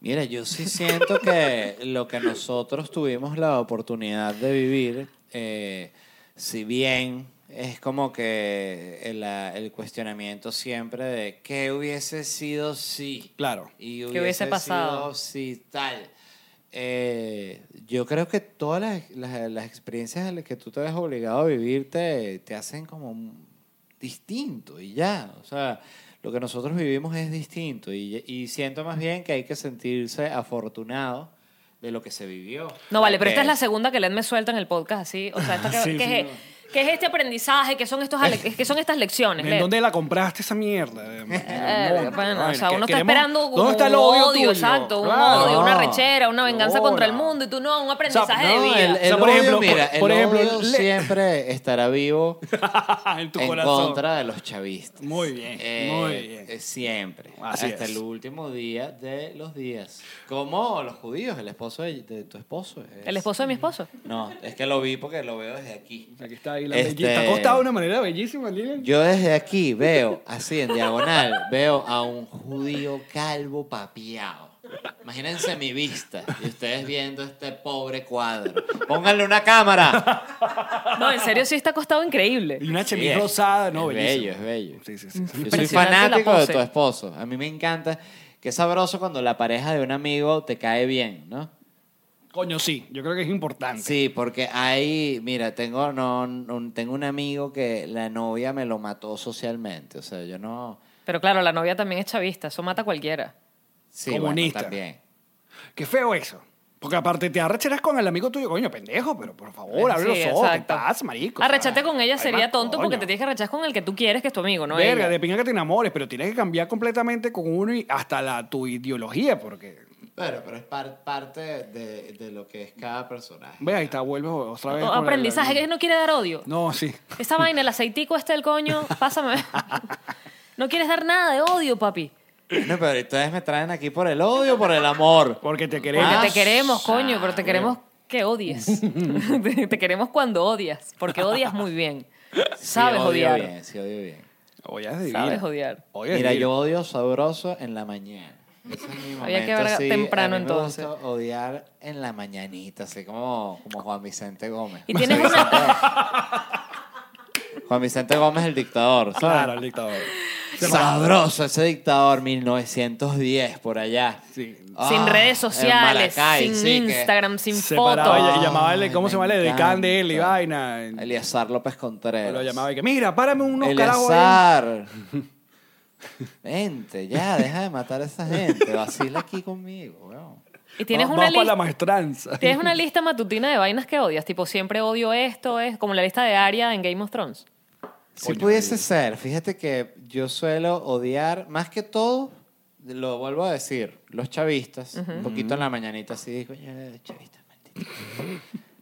Speaker 4: Mira, yo sí siento que lo que nosotros tuvimos la oportunidad de vivir, eh, si bien es como que el, la- el cuestionamiento siempre de qué hubiese sido si.
Speaker 1: Claro.
Speaker 4: Y
Speaker 2: ¿Qué hubiese pasado?
Speaker 4: sido si tal. Eh, yo creo que todas las, las- las experiencias a las que tú te ves obligado a vivir te, te hacen como distinto y ya. O sea, lo que nosotros vivimos es distinto y, y siento más bien que hay que sentirse afortunado de lo que se vivió.
Speaker 2: No, vale, pero
Speaker 4: Que-
Speaker 2: esta es la segunda que Led me suelta en el podcast, así. O sea, esta que,
Speaker 1: Sí,
Speaker 2: que
Speaker 1: sí,
Speaker 2: es, que es este aprendizaje, que son, estos, ale- que son estas lecciones.
Speaker 1: ¿En
Speaker 2: Led.
Speaker 1: dónde la compraste esa mierda?
Speaker 2: Eh, bueno, o sea,
Speaker 1: que
Speaker 2: uno está
Speaker 1: queremos-
Speaker 2: esperando
Speaker 1: ¿Dónde
Speaker 2: como
Speaker 1: está el
Speaker 2: un
Speaker 1: odio,
Speaker 2: odio,
Speaker 1: tuyo?
Speaker 2: exacto, un
Speaker 1: Claro.
Speaker 2: odio, una
Speaker 1: No.
Speaker 2: rechera, una venganza
Speaker 1: Hola.
Speaker 2: contra el mundo y tú no, un aprendizaje
Speaker 4: No,
Speaker 2: de vida.
Speaker 4: el,
Speaker 1: sea,
Speaker 4: el
Speaker 1: por
Speaker 4: odio,
Speaker 1: ejemplo,
Speaker 4: mira,
Speaker 1: por
Speaker 4: el
Speaker 1: ejemplo,
Speaker 4: odio
Speaker 1: le-
Speaker 4: siempre estará vivo
Speaker 1: en tu
Speaker 4: en
Speaker 1: corazón.
Speaker 4: contra de los chavistas.
Speaker 1: Muy bien,
Speaker 4: Eh,
Speaker 1: muy bien.
Speaker 4: eh, Siempre.
Speaker 1: Así
Speaker 4: hasta
Speaker 1: es.
Speaker 4: el último día de los días. Como los judíos, el esposo de, de tu esposo. es-
Speaker 2: El esposo de mi esposo.
Speaker 4: No, es que lo vi porque lo veo desde aquí.
Speaker 1: Aquí está ahí la
Speaker 4: Este-
Speaker 1: belleza. Está acostada de una manera bellísima, Lilian.
Speaker 4: Yo desde aquí veo, así en diagonal, veo a un judío calvo papiado. Imagínense mi vista y ustedes viendo este pobre cuadro. Pónganle una cámara.
Speaker 2: No, en serio, sí está acostado increíble.
Speaker 1: Y una
Speaker 4: Sí,
Speaker 1: chemise
Speaker 4: es-
Speaker 1: rosada, no,
Speaker 4: es
Speaker 1: bellísima.
Speaker 4: bello, es bello.
Speaker 1: Sí, sí, sí.
Speaker 4: Yo soy
Speaker 2: Impresionante la
Speaker 4: fanático de
Speaker 2: pose.
Speaker 4: tu esposo. A mí me encanta. Qué sabroso cuando la pareja de un amigo te cae bien, ¿no?
Speaker 1: Coño, sí. Yo creo que es importante.
Speaker 4: Sí, porque ahí, mira, tengo, no, no- tengo un amigo que la novia me lo mató socialmente. O sea, yo no.
Speaker 2: Pero claro, la novia también es chavista, eso mata a cualquiera.
Speaker 4: Sí, bueno,
Speaker 1: Comunista.
Speaker 4: también.
Speaker 1: Qué feo eso. Porque aparte te arrecheras con el amigo tuyo, coño, pendejo, pero por favor,
Speaker 2: Ahora
Speaker 1: abre los ojos, ¿qué pasa, marico?
Speaker 2: Arrecharte
Speaker 1: O sea,
Speaker 2: con ella
Speaker 1: hay
Speaker 2: sería
Speaker 1: más
Speaker 2: tonto porque
Speaker 1: coño.
Speaker 2: te tienes que arrechar con el que tú quieres, que es tu amigo, ¿no?
Speaker 1: Verga,
Speaker 2: ella.
Speaker 1: de pinga que te enamores, pero tienes que cambiar completamente con uno y hasta la, tu ideología, porque.
Speaker 4: Pero, pero es par- parte de, de lo que es cada personaje.
Speaker 1: Ve, ahí está, vuelves otra vez.
Speaker 2: O-
Speaker 1: con la-
Speaker 2: aprendizaje, que no quiere dar odio.
Speaker 1: No, sí.
Speaker 2: Esa vaina, el aceitico este del coño, pásame. No quieres dar nada de odio, papi.
Speaker 4: No, pero ustedes me traen aquí por el odio o por el amor.
Speaker 1: Porque te queremos.
Speaker 2: Porque
Speaker 4: Ah,
Speaker 2: te queremos, coño, pero te
Speaker 4: bueno.
Speaker 2: queremos que odies. te te queremos cuando odias, porque odias muy bien. Sabes
Speaker 4: sí, odio
Speaker 2: odiar.
Speaker 4: bien, sí, odio bien.
Speaker 1: Oye, es divina.
Speaker 2: Sabes odiar.
Speaker 1: Oye, es
Speaker 4: Mira,
Speaker 1: divina.
Speaker 4: yo odio sabroso en la mañana. Ese es mi
Speaker 2: Había que
Speaker 4: momento,
Speaker 2: ver
Speaker 4: sí,
Speaker 2: temprano,
Speaker 4: a mí me
Speaker 2: entonces.
Speaker 4: gusta odiar en la mañanita, así como, como Juan Vicente Gómez.
Speaker 2: Y tienes
Speaker 4: Juan Vicente
Speaker 2: una-
Speaker 4: Gómez. Juan Vicente Gómez, el dictador. ¿sabes?
Speaker 1: Claro, el dictador.
Speaker 4: Sabroso ese dictador, 1910, por allá.
Speaker 1: Sí.
Speaker 2: sin
Speaker 4: Ah,
Speaker 2: redes
Speaker 4: en
Speaker 2: sociales,
Speaker 4: Maracay,
Speaker 2: sin
Speaker 4: sí, que-
Speaker 2: Instagram, sin
Speaker 1: Se paraba y, y
Speaker 4: Ay,
Speaker 2: fotos.
Speaker 1: llamaba, el- ¿cómo
Speaker 4: me
Speaker 1: se llama? El
Speaker 4: encanta.
Speaker 1: decán de él y vaina.
Speaker 4: Eleazar López Contreras.
Speaker 1: Lo llamaba y que, mira, párame unos carajos ahí.
Speaker 4: Eleazar. Vente, ya, deja de matar a esa gente. Vacila aquí conmigo, weón.
Speaker 2: Y tienes
Speaker 1: Va-
Speaker 2: una,
Speaker 1: vamos para la
Speaker 2: lista,
Speaker 1: maestranza.
Speaker 2: tienes una lista matutina de vainas que odias. Tipo, siempre odio esto, es como la lista de Aria en Game of Thrones.
Speaker 4: Si pudiese ser, fíjate que yo suelo odiar, más que todo, lo vuelvo a decir, los chavistas. Un poquito en la mañanita así, digo, "Eh, chavistas, malditos.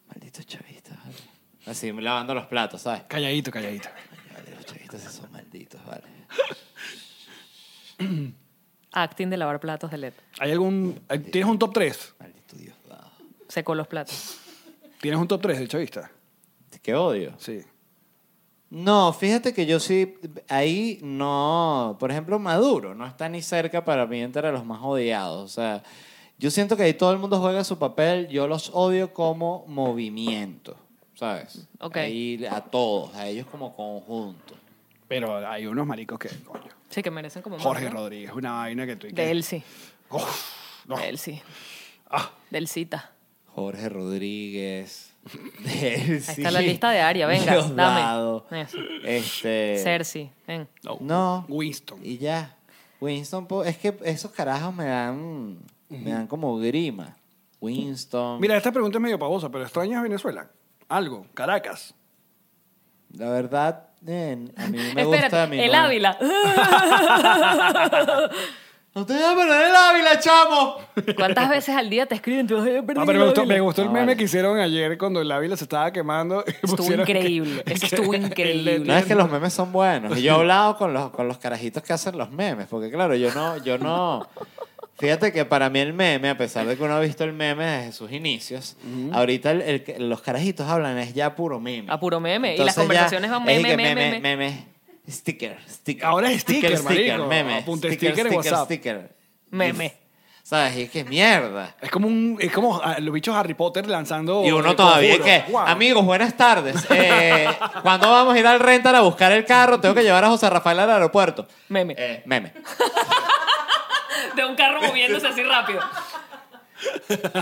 Speaker 4: malditos chavistas. vale". Así, lavando los platos, ¿sabes?
Speaker 1: Calladito, calladito.
Speaker 4: Vale, los chavistas esos malditos, vale.
Speaker 2: Acting de lavar platos de LED.
Speaker 1: ¿Hay algún, ¿Tienes un top 3?
Speaker 4: Maldito Dios. ah.
Speaker 2: Secó los platos.
Speaker 1: ¿Tienes un top 3 del chavista?
Speaker 4: Qué odio.
Speaker 1: Sí.
Speaker 4: No, fíjate que yo sí, ahí no, por ejemplo, Maduro no está ni cerca para mí entre los más odiados. O sea, yo siento que ahí todo el mundo juega su papel, yo los odio como movimiento, ¿sabes?
Speaker 2: Ok.
Speaker 4: Ahí a todos, a ellos como conjunto.
Speaker 1: Pero hay unos maricos que, coño.
Speaker 2: Sí, que merecen como más,
Speaker 1: Jorge
Speaker 2: ¿no?
Speaker 1: Rodríguez, una vaina que tú... que-
Speaker 2: De él sí.
Speaker 1: Uf, no.
Speaker 2: De él sí.
Speaker 1: Ah.
Speaker 2: Del cita.
Speaker 4: Jorge Rodríguez. Ahí
Speaker 2: Ahí está la lista de Aria, venga, dame. Eso.
Speaker 1: Eh.
Speaker 4: Este.
Speaker 2: Cersei. Ven.
Speaker 1: No.
Speaker 4: No.
Speaker 1: Winston.
Speaker 4: Y ya. Winston, po- es que esos carajos me dan, me dan como grima. Winston.
Speaker 1: Mira, esta pregunta es medio pavosa, pero ¿extrañas Venezuela? Algo. Caracas.
Speaker 4: La verdad, eh, a mí me gusta.
Speaker 2: Espérate,
Speaker 4: mi
Speaker 2: el
Speaker 4: nueva-
Speaker 2: Ávila.
Speaker 4: No te voy a perder el Ávila, chamo.
Speaker 2: ¿Cuántas veces al día te escriben? Tú, "Ay, perdí
Speaker 1: Ah, pero
Speaker 2: el
Speaker 1: me gustó,
Speaker 2: Ávila".
Speaker 1: me gustó el
Speaker 4: Ah,
Speaker 1: meme
Speaker 4: vale.
Speaker 1: que hicieron ayer cuando el Ávila se estaba quemando.
Speaker 2: Estuvo increíble. Eso estuvo increíble.
Speaker 4: No es que los memes son buenos. Y Yo he hablado con los, con los carajitos que hacen los memes, porque claro, yo no, yo no. Fíjate que para mí el meme, a pesar de que uno ha visto el meme desde sus inicios, ahorita el- el que- los carajitos hablan es ya puro meme.
Speaker 2: A puro meme. Y las
Speaker 4: ya
Speaker 2: conversaciones van
Speaker 4: es
Speaker 2: meme,
Speaker 4: que
Speaker 2: meme,
Speaker 4: meme, meme. Sticker, sticker.
Speaker 1: Ahora es sticker, marico.
Speaker 4: meme.
Speaker 1: Apunta sticker en WhatsApp.
Speaker 4: sticker.
Speaker 2: Meme.
Speaker 4: ¿Sabes? Y es que mierda.
Speaker 1: Es como, un, es como ah, los bichos Harry Potter lanzando.
Speaker 4: Y uno
Speaker 1: eh,
Speaker 4: todavía
Speaker 1: conjuros.
Speaker 4: que,
Speaker 1: Guau.
Speaker 4: amigos, buenas tardes. Eh, ¿Cuándo vamos a ir al rental a buscar el carro? Tengo que llevar a José Rafael al aeropuerto.
Speaker 2: Meme.
Speaker 4: Eh, meme.
Speaker 2: De un carro moviéndose así rápido.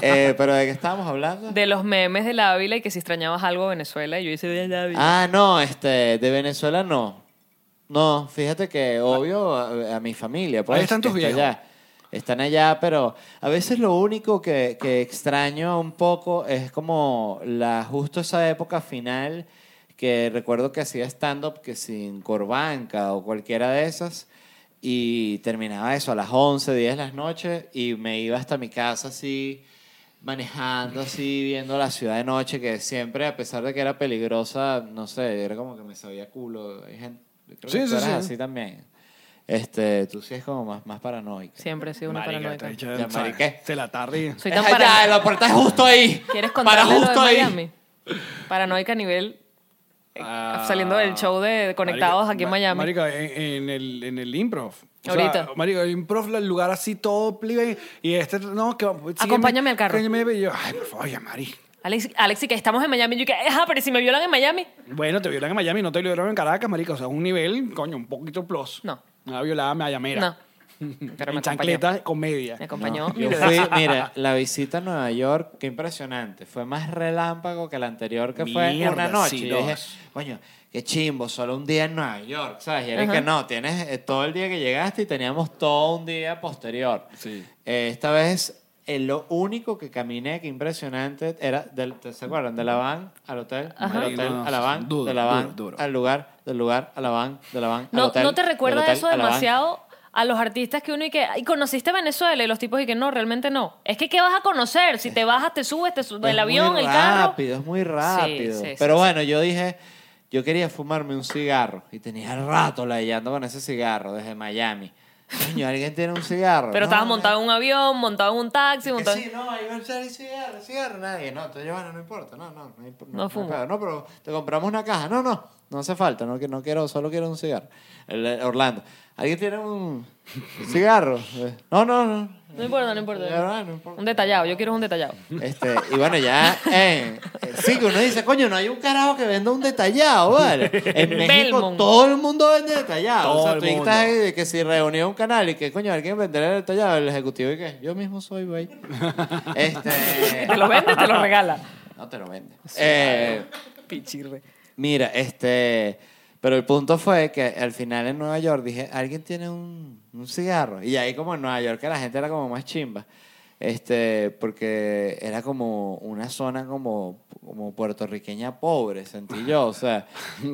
Speaker 4: Eh, ¿Pero de qué estábamos hablando?
Speaker 2: De los memes del Ávila y que si extrañabas algo de Venezuela. Y yo hice del Ávila.
Speaker 4: Ah, no, este, de Venezuela no. No, fíjate que obvio a, a mi familia. Pues,
Speaker 1: Ahí están
Speaker 4: que
Speaker 1: tus
Speaker 4: está
Speaker 1: viejos.
Speaker 4: allá. Están allá, pero a veces lo único que, que extraño un poco es como la justo esa época final que recuerdo que hacía stand-up que sin Corbanca o cualquiera de esas y terminaba eso a las 11, 10 de las noches y me iba hasta mi casa así manejando así, viendo la ciudad de noche, que siempre, a pesar de que era peligrosa, no sé, era como que me sabía culo. Hay gente, creo
Speaker 1: Sí,
Speaker 4: que tú
Speaker 1: sí,
Speaker 4: eras
Speaker 1: sí.
Speaker 4: así también. Este, tú sí es como más, más paranoica.
Speaker 2: Siempre he sido una
Speaker 1: Marica,
Speaker 2: paranoica.
Speaker 1: esta bicha,
Speaker 4: Ya,
Speaker 1: ¿sabes?
Speaker 4: mariqué.
Speaker 1: Se la tarde.
Speaker 2: Soy tan
Speaker 4: Es allá,
Speaker 2: paranoica.
Speaker 4: la puerta es justo ahí.
Speaker 2: ¿Quieres
Speaker 4: Para
Speaker 2: contarle lo de
Speaker 4: justo ahí.
Speaker 2: Miami? Paranoica a nivel... eh,
Speaker 1: Ah.
Speaker 2: saliendo del show de Conectados
Speaker 1: Marica,
Speaker 2: aquí en
Speaker 1: ma-
Speaker 2: Miami.
Speaker 1: Marica, en, en el, en el improv. O
Speaker 2: Ahorita.
Speaker 1: sea, marica, el improv, el lugar así todo plibe. Y este, no, que sígueme,
Speaker 2: Acompáñame al carro.
Speaker 1: sígueme, y yo, ay, por favor, ya, Mari.
Speaker 2: Alex, Alex, y que estamos en Miami. Yo que, ajá, pero ¿y si me violan en Miami.
Speaker 1: Bueno, te violan en Miami, no te violaron en Caracas, marica. O sea, un nivel, coño, un poquito plus.
Speaker 2: No.
Speaker 1: Una violada mayamera.
Speaker 2: No. Mm, Pero
Speaker 1: En
Speaker 2: me acompañó.
Speaker 1: chancleta, comedia.
Speaker 2: Me acompañó.
Speaker 4: No, yo fui, mira, la visita a Nueva York, qué impresionante. Fue más relámpago que la anterior, que fue
Speaker 1: Mierda,
Speaker 4: una noche.
Speaker 1: sí,
Speaker 4: y yo dije,
Speaker 1: dos.
Speaker 4: coño, qué chimbo, solo un día en Nueva York, ¿sabes? Y era
Speaker 2: Ajá.
Speaker 4: que no, tienes eh, todo el día que llegaste y teníamos todo un día posterior.
Speaker 1: Sí.
Speaker 4: Eh, esta vez, eh, lo único que caminé, que impresionante, era, del, ¿te- ¿se acuerdan? De la van al hotel,
Speaker 2: Ajá.
Speaker 4: del hotel
Speaker 1: No, no,
Speaker 4: a la van,
Speaker 1: duro,
Speaker 4: de la van
Speaker 1: duro, duro.
Speaker 4: al lugar, del lugar a la van, de la van al
Speaker 2: No,
Speaker 4: hotel,
Speaker 2: ¿No te
Speaker 4: del
Speaker 2: recuerda
Speaker 4: hotel
Speaker 2: eso
Speaker 4: a la van.
Speaker 2: demasiado a los artistas que uno y que, ay, conociste Venezuela y los tipos y que no, realmente no. Es que, ¿qué vas a conocer? Si te bajas, te subes, te subes,
Speaker 4: Es
Speaker 2: el avión,
Speaker 4: muy
Speaker 2: el carro.
Speaker 4: rápido, es muy rápido.
Speaker 2: sí, sí,
Speaker 4: Pero
Speaker 2: sí.
Speaker 4: bueno, yo dije, yo quería fumarme un cigarro y tenía rato layando con ese cigarro desde Miami. Coño, ¿alguien tiene un cigarro?
Speaker 2: Pero
Speaker 4: No,
Speaker 2: estabas
Speaker 4: no.
Speaker 2: montado en un avión, montado en un taxi,
Speaker 4: Que
Speaker 2: montado en-
Speaker 4: sí, no, ahí va a salir cigarro, cigarro, nadie. No, entonces, bueno, no importa, no, no, no, imp-
Speaker 2: No
Speaker 4: hay
Speaker 2: fumo.
Speaker 4: pedo. No, pero te compramos una caja. No, no, No hace falta, no, que- no quiero, solo quiero un cigarro. El- el Orlando. ¿Alguien tiene un cigarro? Eh, No, no, no.
Speaker 2: No importa, no
Speaker 4: Ah,
Speaker 2: importa.
Speaker 4: no importa.
Speaker 2: Un detallado, yo quiero un detallado.
Speaker 4: Este, y bueno, ya. eh, eh, sí, que uno dice, coño, no hay un carajo que venda un detallado, ¿vale? En México
Speaker 2: Belmont.
Speaker 4: todo el mundo vende detallado.
Speaker 1: Todo
Speaker 4: o sea,
Speaker 1: el
Speaker 4: tú
Speaker 1: mundo.
Speaker 4: estás ahí de que si reunía un canal y que, coño, alguien venderá el detallado, el ejecutivo y que yo mismo soy, güey. Este.
Speaker 2: Te lo vende, te lo regala.
Speaker 4: No te lo vende. Eh,
Speaker 2: Pichirre.
Speaker 4: mira, este. Pero el punto fue que al final en Nueva York dije, alguien tiene un, un cigarro. Y ahí como en Nueva York que la gente era como más chimba. Este, porque era como una zona como, como puertorriqueña pobre, sentí yo. O sea,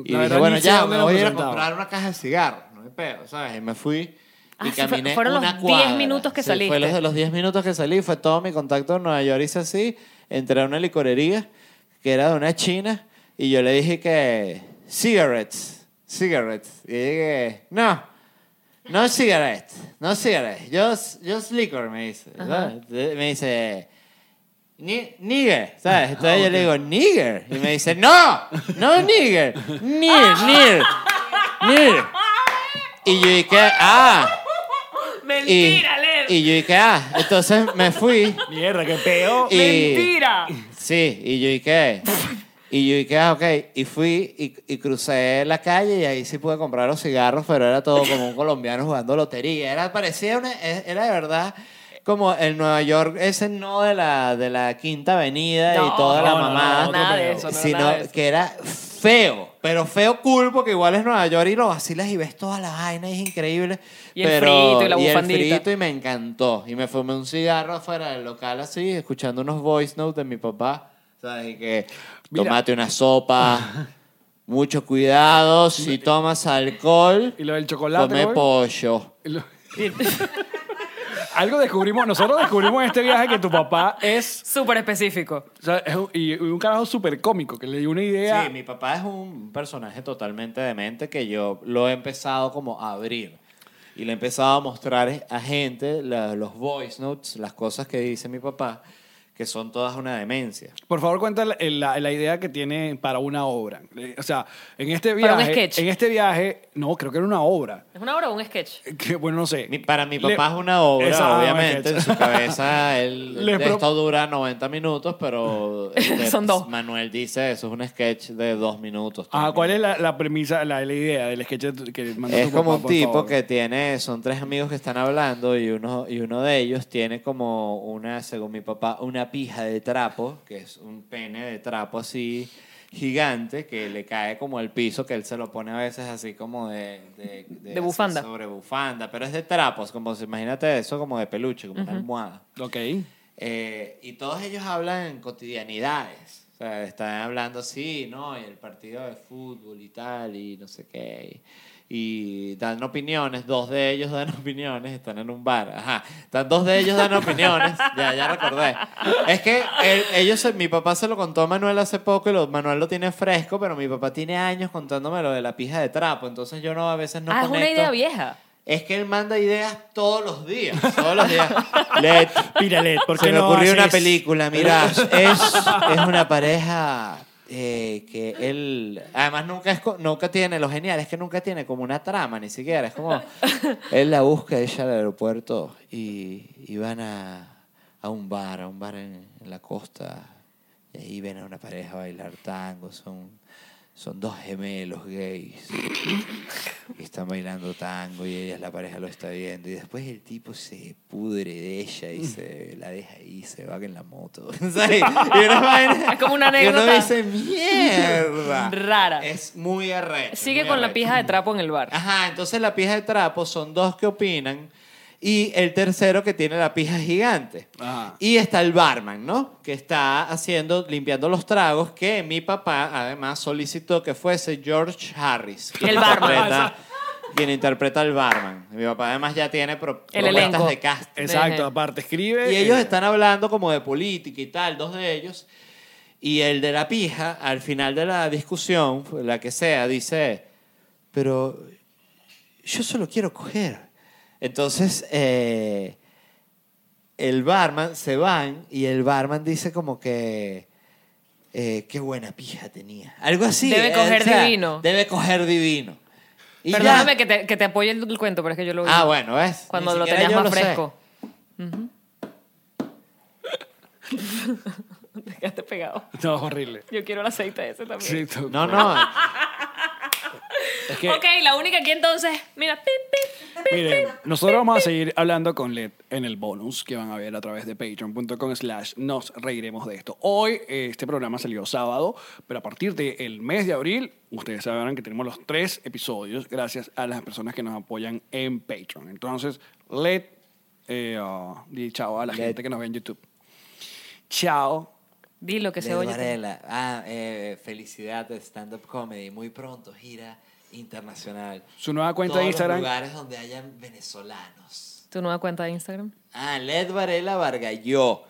Speaker 4: y
Speaker 1: La verdad,
Speaker 4: dije,
Speaker 1: ni
Speaker 4: bueno,
Speaker 1: sé
Speaker 4: ya,
Speaker 1: dónde
Speaker 4: me
Speaker 1: nos
Speaker 4: voy a ir a
Speaker 1: presentamos.
Speaker 4: comprar una caja de cigarros. No hay pedo, ¿sabes? Y me fui.
Speaker 2: Ah,
Speaker 4: Y
Speaker 2: sí, fue-
Speaker 4: caminé
Speaker 2: fueron los
Speaker 4: una
Speaker 2: 10
Speaker 4: cuadra.
Speaker 2: minutos que
Speaker 4: Sí, Fue los
Speaker 2: saliste.
Speaker 4: de los 10 minutos que salí, fue todo mi contacto en Nueva York. Hice así, entré a una licorería que era de una china y yo le dije que cigarettes, cigarettes. Y ella que no, no cigarettes, no cigarettes, just, just liquor, me dice. ¿sabes? Me dice, "Ni- nigger, ¿sabes? Entonces
Speaker 2: Ah,
Speaker 4: yo le digo, nigger. Y me dice, no, no nigger, near, near, near. Y yo dije, ah. Y,
Speaker 2: Mentira, Ler.
Speaker 4: y yo dije, ah, entonces me fui.
Speaker 1: Mierda, qué peo.
Speaker 4: Y,
Speaker 2: Mentira.
Speaker 4: Sí, y yo dije, y yo dije, ah, ok. Y fui y, y crucé la calle y ahí sí pude comprar los cigarros, pero era todo como un colombiano jugando lotería. Era, parecía una, era de verdad como el Nueva York, ese no de la, de la Quinta Avenida
Speaker 2: No,
Speaker 4: y toda la
Speaker 1: no, no,
Speaker 4: mamada
Speaker 1: no,
Speaker 2: nada de eso, no,
Speaker 4: sino
Speaker 2: nada de eso.
Speaker 4: que era feo, pero feo cool porque igual es Nueva York y lo vacilas y ves toda la vaina, es increíble.
Speaker 2: Y el
Speaker 4: pero-
Speaker 2: frito y la
Speaker 4: el
Speaker 2: bufandita.
Speaker 4: frito y me encantó. Y me fumé un cigarro afuera del local así, escuchando unos voice notes de mi papá. ¿Sabes? Y que
Speaker 1: Mira.
Speaker 4: tomate una sopa, mucho cuidado, si tomas alcohol,
Speaker 1: Y lo del chocolate.
Speaker 4: come
Speaker 1: güey?
Speaker 4: pollo.
Speaker 1: Y lo- Algo descubrimos, nosotros descubrimos en este viaje que tu papá es,
Speaker 2: Súper específico.
Speaker 1: o sea, es un, y un carajo súper cómico, que le dio una idea.
Speaker 4: Sí, mi papá es un personaje totalmente demente que yo lo he empezado como a abrir. Y le he empezado a mostrar a gente la- los voice notes, las cosas que dice mi papá, que son todas una demencia.
Speaker 1: Por favor, cuenta la, la- la idea que tiene para una obra. Eh, O sea, en este
Speaker 2: Para
Speaker 1: viaje.
Speaker 2: un sketch.
Speaker 1: En este viaje, no, creo que era una obra.
Speaker 2: ¿Es una obra o un sketch?
Speaker 1: Que, bueno, no sé.
Speaker 4: Mi- para mi
Speaker 1: Le-
Speaker 4: papá es una obra,
Speaker 1: Esa- ah,
Speaker 4: obviamente. En su cabeza, él,
Speaker 1: Le pro-
Speaker 4: esto dura 90 minutos, pero este,
Speaker 2: Son dos.
Speaker 4: Manuel dice, eso es un sketch de dos minutos.
Speaker 1: Ajá,
Speaker 4: tres
Speaker 1: Ah, ¿cuál es la, la premisa, la, la idea del sketch que mandó
Speaker 4: Es
Speaker 1: tu papá,
Speaker 4: como un
Speaker 1: por
Speaker 4: tipo
Speaker 1: favor?
Speaker 4: que tiene, son tres amigos que están hablando y uno, y uno de ellos tiene como una, según mi papá, una pija de trapo, que es un pene de trapo así gigante que le cae como al piso, que él se lo pone a veces así como de... De,
Speaker 2: De
Speaker 4: así
Speaker 2: bufanda.
Speaker 4: Sobre bufanda, pero es de trapos, como imagínate eso, como de peluche, como una almohada.
Speaker 1: Ok.
Speaker 4: Eh, y todos ellos hablan en cotidianidades. O sea, están hablando, sí, ¿no? Y el partido de fútbol y tal, y no sé qué. Y, y dan opiniones, dos de ellos dan opiniones, están en un bar. Ajá, están, dos de ellos dan opiniones, ya, ya recordé. Es que el- ellos, se- mi papá se lo contó a Manuel hace poco y lo- Manuel lo tiene fresco, pero mi papá tiene años contándome lo de la pija de trapo, entonces yo no, a veces no
Speaker 2: ah, es una
Speaker 4: conecto.
Speaker 2: idea vieja.
Speaker 4: Es que él manda ideas todos los días. Todos los días. Let,
Speaker 1: Pírale, ¿por
Speaker 4: se
Speaker 1: qué
Speaker 4: me
Speaker 1: no
Speaker 4: ocurrió una
Speaker 1: haces-
Speaker 4: película, mira, es, es una pareja eh, que él, además nunca, es, co- nunca tiene, lo genial es que nunca tiene como una trama ni siquiera, es como, él la busca ella al aeropuerto y, y van a, a un bar, a un bar en, en la costa, y ahí ven a una pareja bailar tango, son, son dos gemelos gays. Y están bailando tango y ella, la pareja lo está viendo. Y después el tipo se pudre de ella y se
Speaker 2: Mm.
Speaker 4: la deja ahí, se va en la moto. ¿Sabes? Y una vaina-
Speaker 2: Es como una
Speaker 4: y uno
Speaker 2: anécdota.
Speaker 4: dice, mierda.
Speaker 2: Rara.
Speaker 4: Es muy arrecho.
Speaker 2: Sigue
Speaker 4: muy Ah,
Speaker 2: con la
Speaker 4: arrecho.
Speaker 2: pija de trapo en el bar.
Speaker 4: Ajá, entonces la pija de trapo son dos que opinan y el tercero que tiene la pija gigante.
Speaker 1: Ajá.
Speaker 4: Y está el barman, ¿no? Que está haciendo, limpiando los tragos que mi papá además solicitó que fuese George Harris. quien
Speaker 2: El barman.
Speaker 4: interpreta- Quien interpreta al barman. Mi papá además ya tiene pro-
Speaker 2: El
Speaker 4: propuestas
Speaker 2: elenco.
Speaker 4: de casting.
Speaker 1: Exacto,
Speaker 2: Ajá.
Speaker 1: aparte escribe.
Speaker 4: Y ellos
Speaker 1: eh,
Speaker 4: están hablando como de política y tal, dos de ellos. Y el de la pija, al final de la discusión, pues, la que sea, dice, pero yo solo quiero coger. Entonces, eh, el barman se van y el barman dice como que eh, qué buena pija tenía. Algo así.
Speaker 2: Debe
Speaker 4: eh,
Speaker 2: coger divino.
Speaker 4: Debe coger divino. Y ya.
Speaker 2: Perdóname que te, que te apoye el, el cuento, pero es que yo lo vi.
Speaker 4: Ah, bueno, ¿ves?
Speaker 2: Cuando
Speaker 4: Ni
Speaker 2: lo
Speaker 4: siquiera
Speaker 2: tenías
Speaker 4: yo
Speaker 2: más
Speaker 4: sé.
Speaker 2: fresco. Ujú. Te quedaste pegado.
Speaker 1: No, horrible.
Speaker 2: Yo quiero el aceite ese también.
Speaker 1: Sí, tú-
Speaker 4: No, no.
Speaker 1: es que,
Speaker 2: Ok, la única aquí entonces. Mira, pip, pip, pip,
Speaker 1: miren,
Speaker 2: pip.
Speaker 1: nosotros vamos a seguir hablando con Led en el bonus que van a ver a través de patreon.com slash nos reiremos de esto. Hoy eh, este programa salió sábado, pero a partir del mes de abril, ustedes sabrán que tenemos los tres episodios gracias a las personas que nos apoyan en Patreon. Entonces, Led, eh, oh, di chao a la
Speaker 4: Led.
Speaker 1: gente que nos ve en YouTube. Chao.
Speaker 2: Di lo que se
Speaker 4: Led
Speaker 2: oye.
Speaker 4: Varela. Ah, eh, felicidad de stand-up comedy. Muy pronto, gira internacional.
Speaker 1: Su nueva cuenta de
Speaker 4: Todos
Speaker 1: Instagram.
Speaker 4: Los lugares donde hayan venezolanos.
Speaker 2: ¿Tu nueva cuenta de Instagram?
Speaker 4: Ah, Led Varela Vargalló.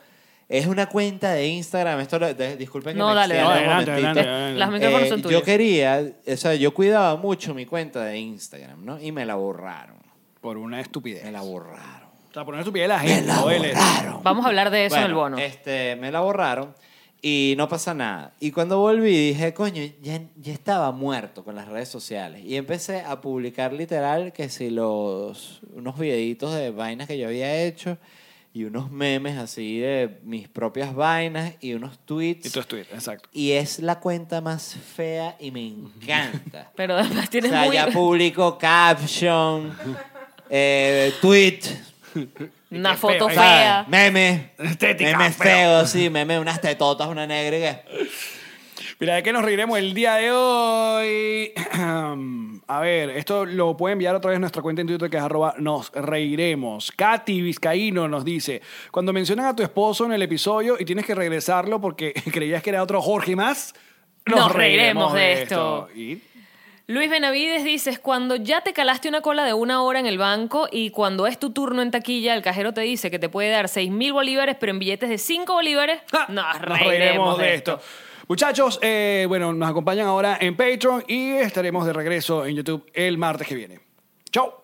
Speaker 4: Es una cuenta de Instagram. Esto lo- de- disculpen que
Speaker 2: No,
Speaker 4: me
Speaker 2: dale,
Speaker 4: extienda
Speaker 1: dale.
Speaker 4: un
Speaker 1: Adelante,
Speaker 4: momentito.
Speaker 1: adelante, adelante.
Speaker 2: Los micrófonos
Speaker 4: Eh,
Speaker 2: son tuyos.
Speaker 4: Yo quería, o sea, yo cuidaba mucho mi cuenta de Instagram, ¿no? Y me la borraron.
Speaker 1: Por una estupidez.
Speaker 4: Me la borraron.
Speaker 1: O sea, por una estupidez de la gente. oye, Led.
Speaker 2: Vamos a hablar de eso en el bono.
Speaker 4: Bueno, Este, me la borraron y no pasa nada. Y cuando volví dije, coño, ya, ya estaba muerto con las redes sociales. Y empecé a publicar literal que si los, unos videitos de vainas que yo había hecho y unos memes así de mis propias vainas y unos
Speaker 1: Y
Speaker 4: tweets.
Speaker 1: tú estuviste, exacto.
Speaker 4: Y es la cuenta más fea y me encanta.
Speaker 2: Pero además
Speaker 4: O
Speaker 2: tienes
Speaker 4: sea,
Speaker 2: muy...
Speaker 4: ya publico caption, eh, tweet,
Speaker 2: una
Speaker 1: Qué feo,
Speaker 2: foto
Speaker 1: ahí
Speaker 4: ¿sabes?
Speaker 2: fea.
Speaker 4: meme,
Speaker 1: Estética,
Speaker 4: meme
Speaker 1: feo.
Speaker 4: feo, sí, meme, unas tetotas, una negra. y que-
Speaker 1: Mira, ¿de qué nos reiremos el día de hoy? a ver, esto lo puede enviar otra vez a nuestra cuenta en Twitter que es arroba nos reiremos. Katy Vizcaíno nos dice, cuando mencionan a tu esposo en el episodio y tienes que regresarlo porque creías que era otro Jorge más,
Speaker 2: Nos reiremos de esto.
Speaker 1: Y
Speaker 2: Luis Benavides dices, cuando ya te calaste una cola de una hora en el banco y cuando es tu turno en taquilla, el cajero te dice que te puede dar 6 mil bolívares, pero en billetes de 5 bolívares,
Speaker 1: ¡ja!
Speaker 2: Ah, nos reiremos de esto.
Speaker 1: Muchachos, eh, bueno, nos acompañan ahora en Patreon y estaremos de regreso en YouTube el martes que viene. Chao.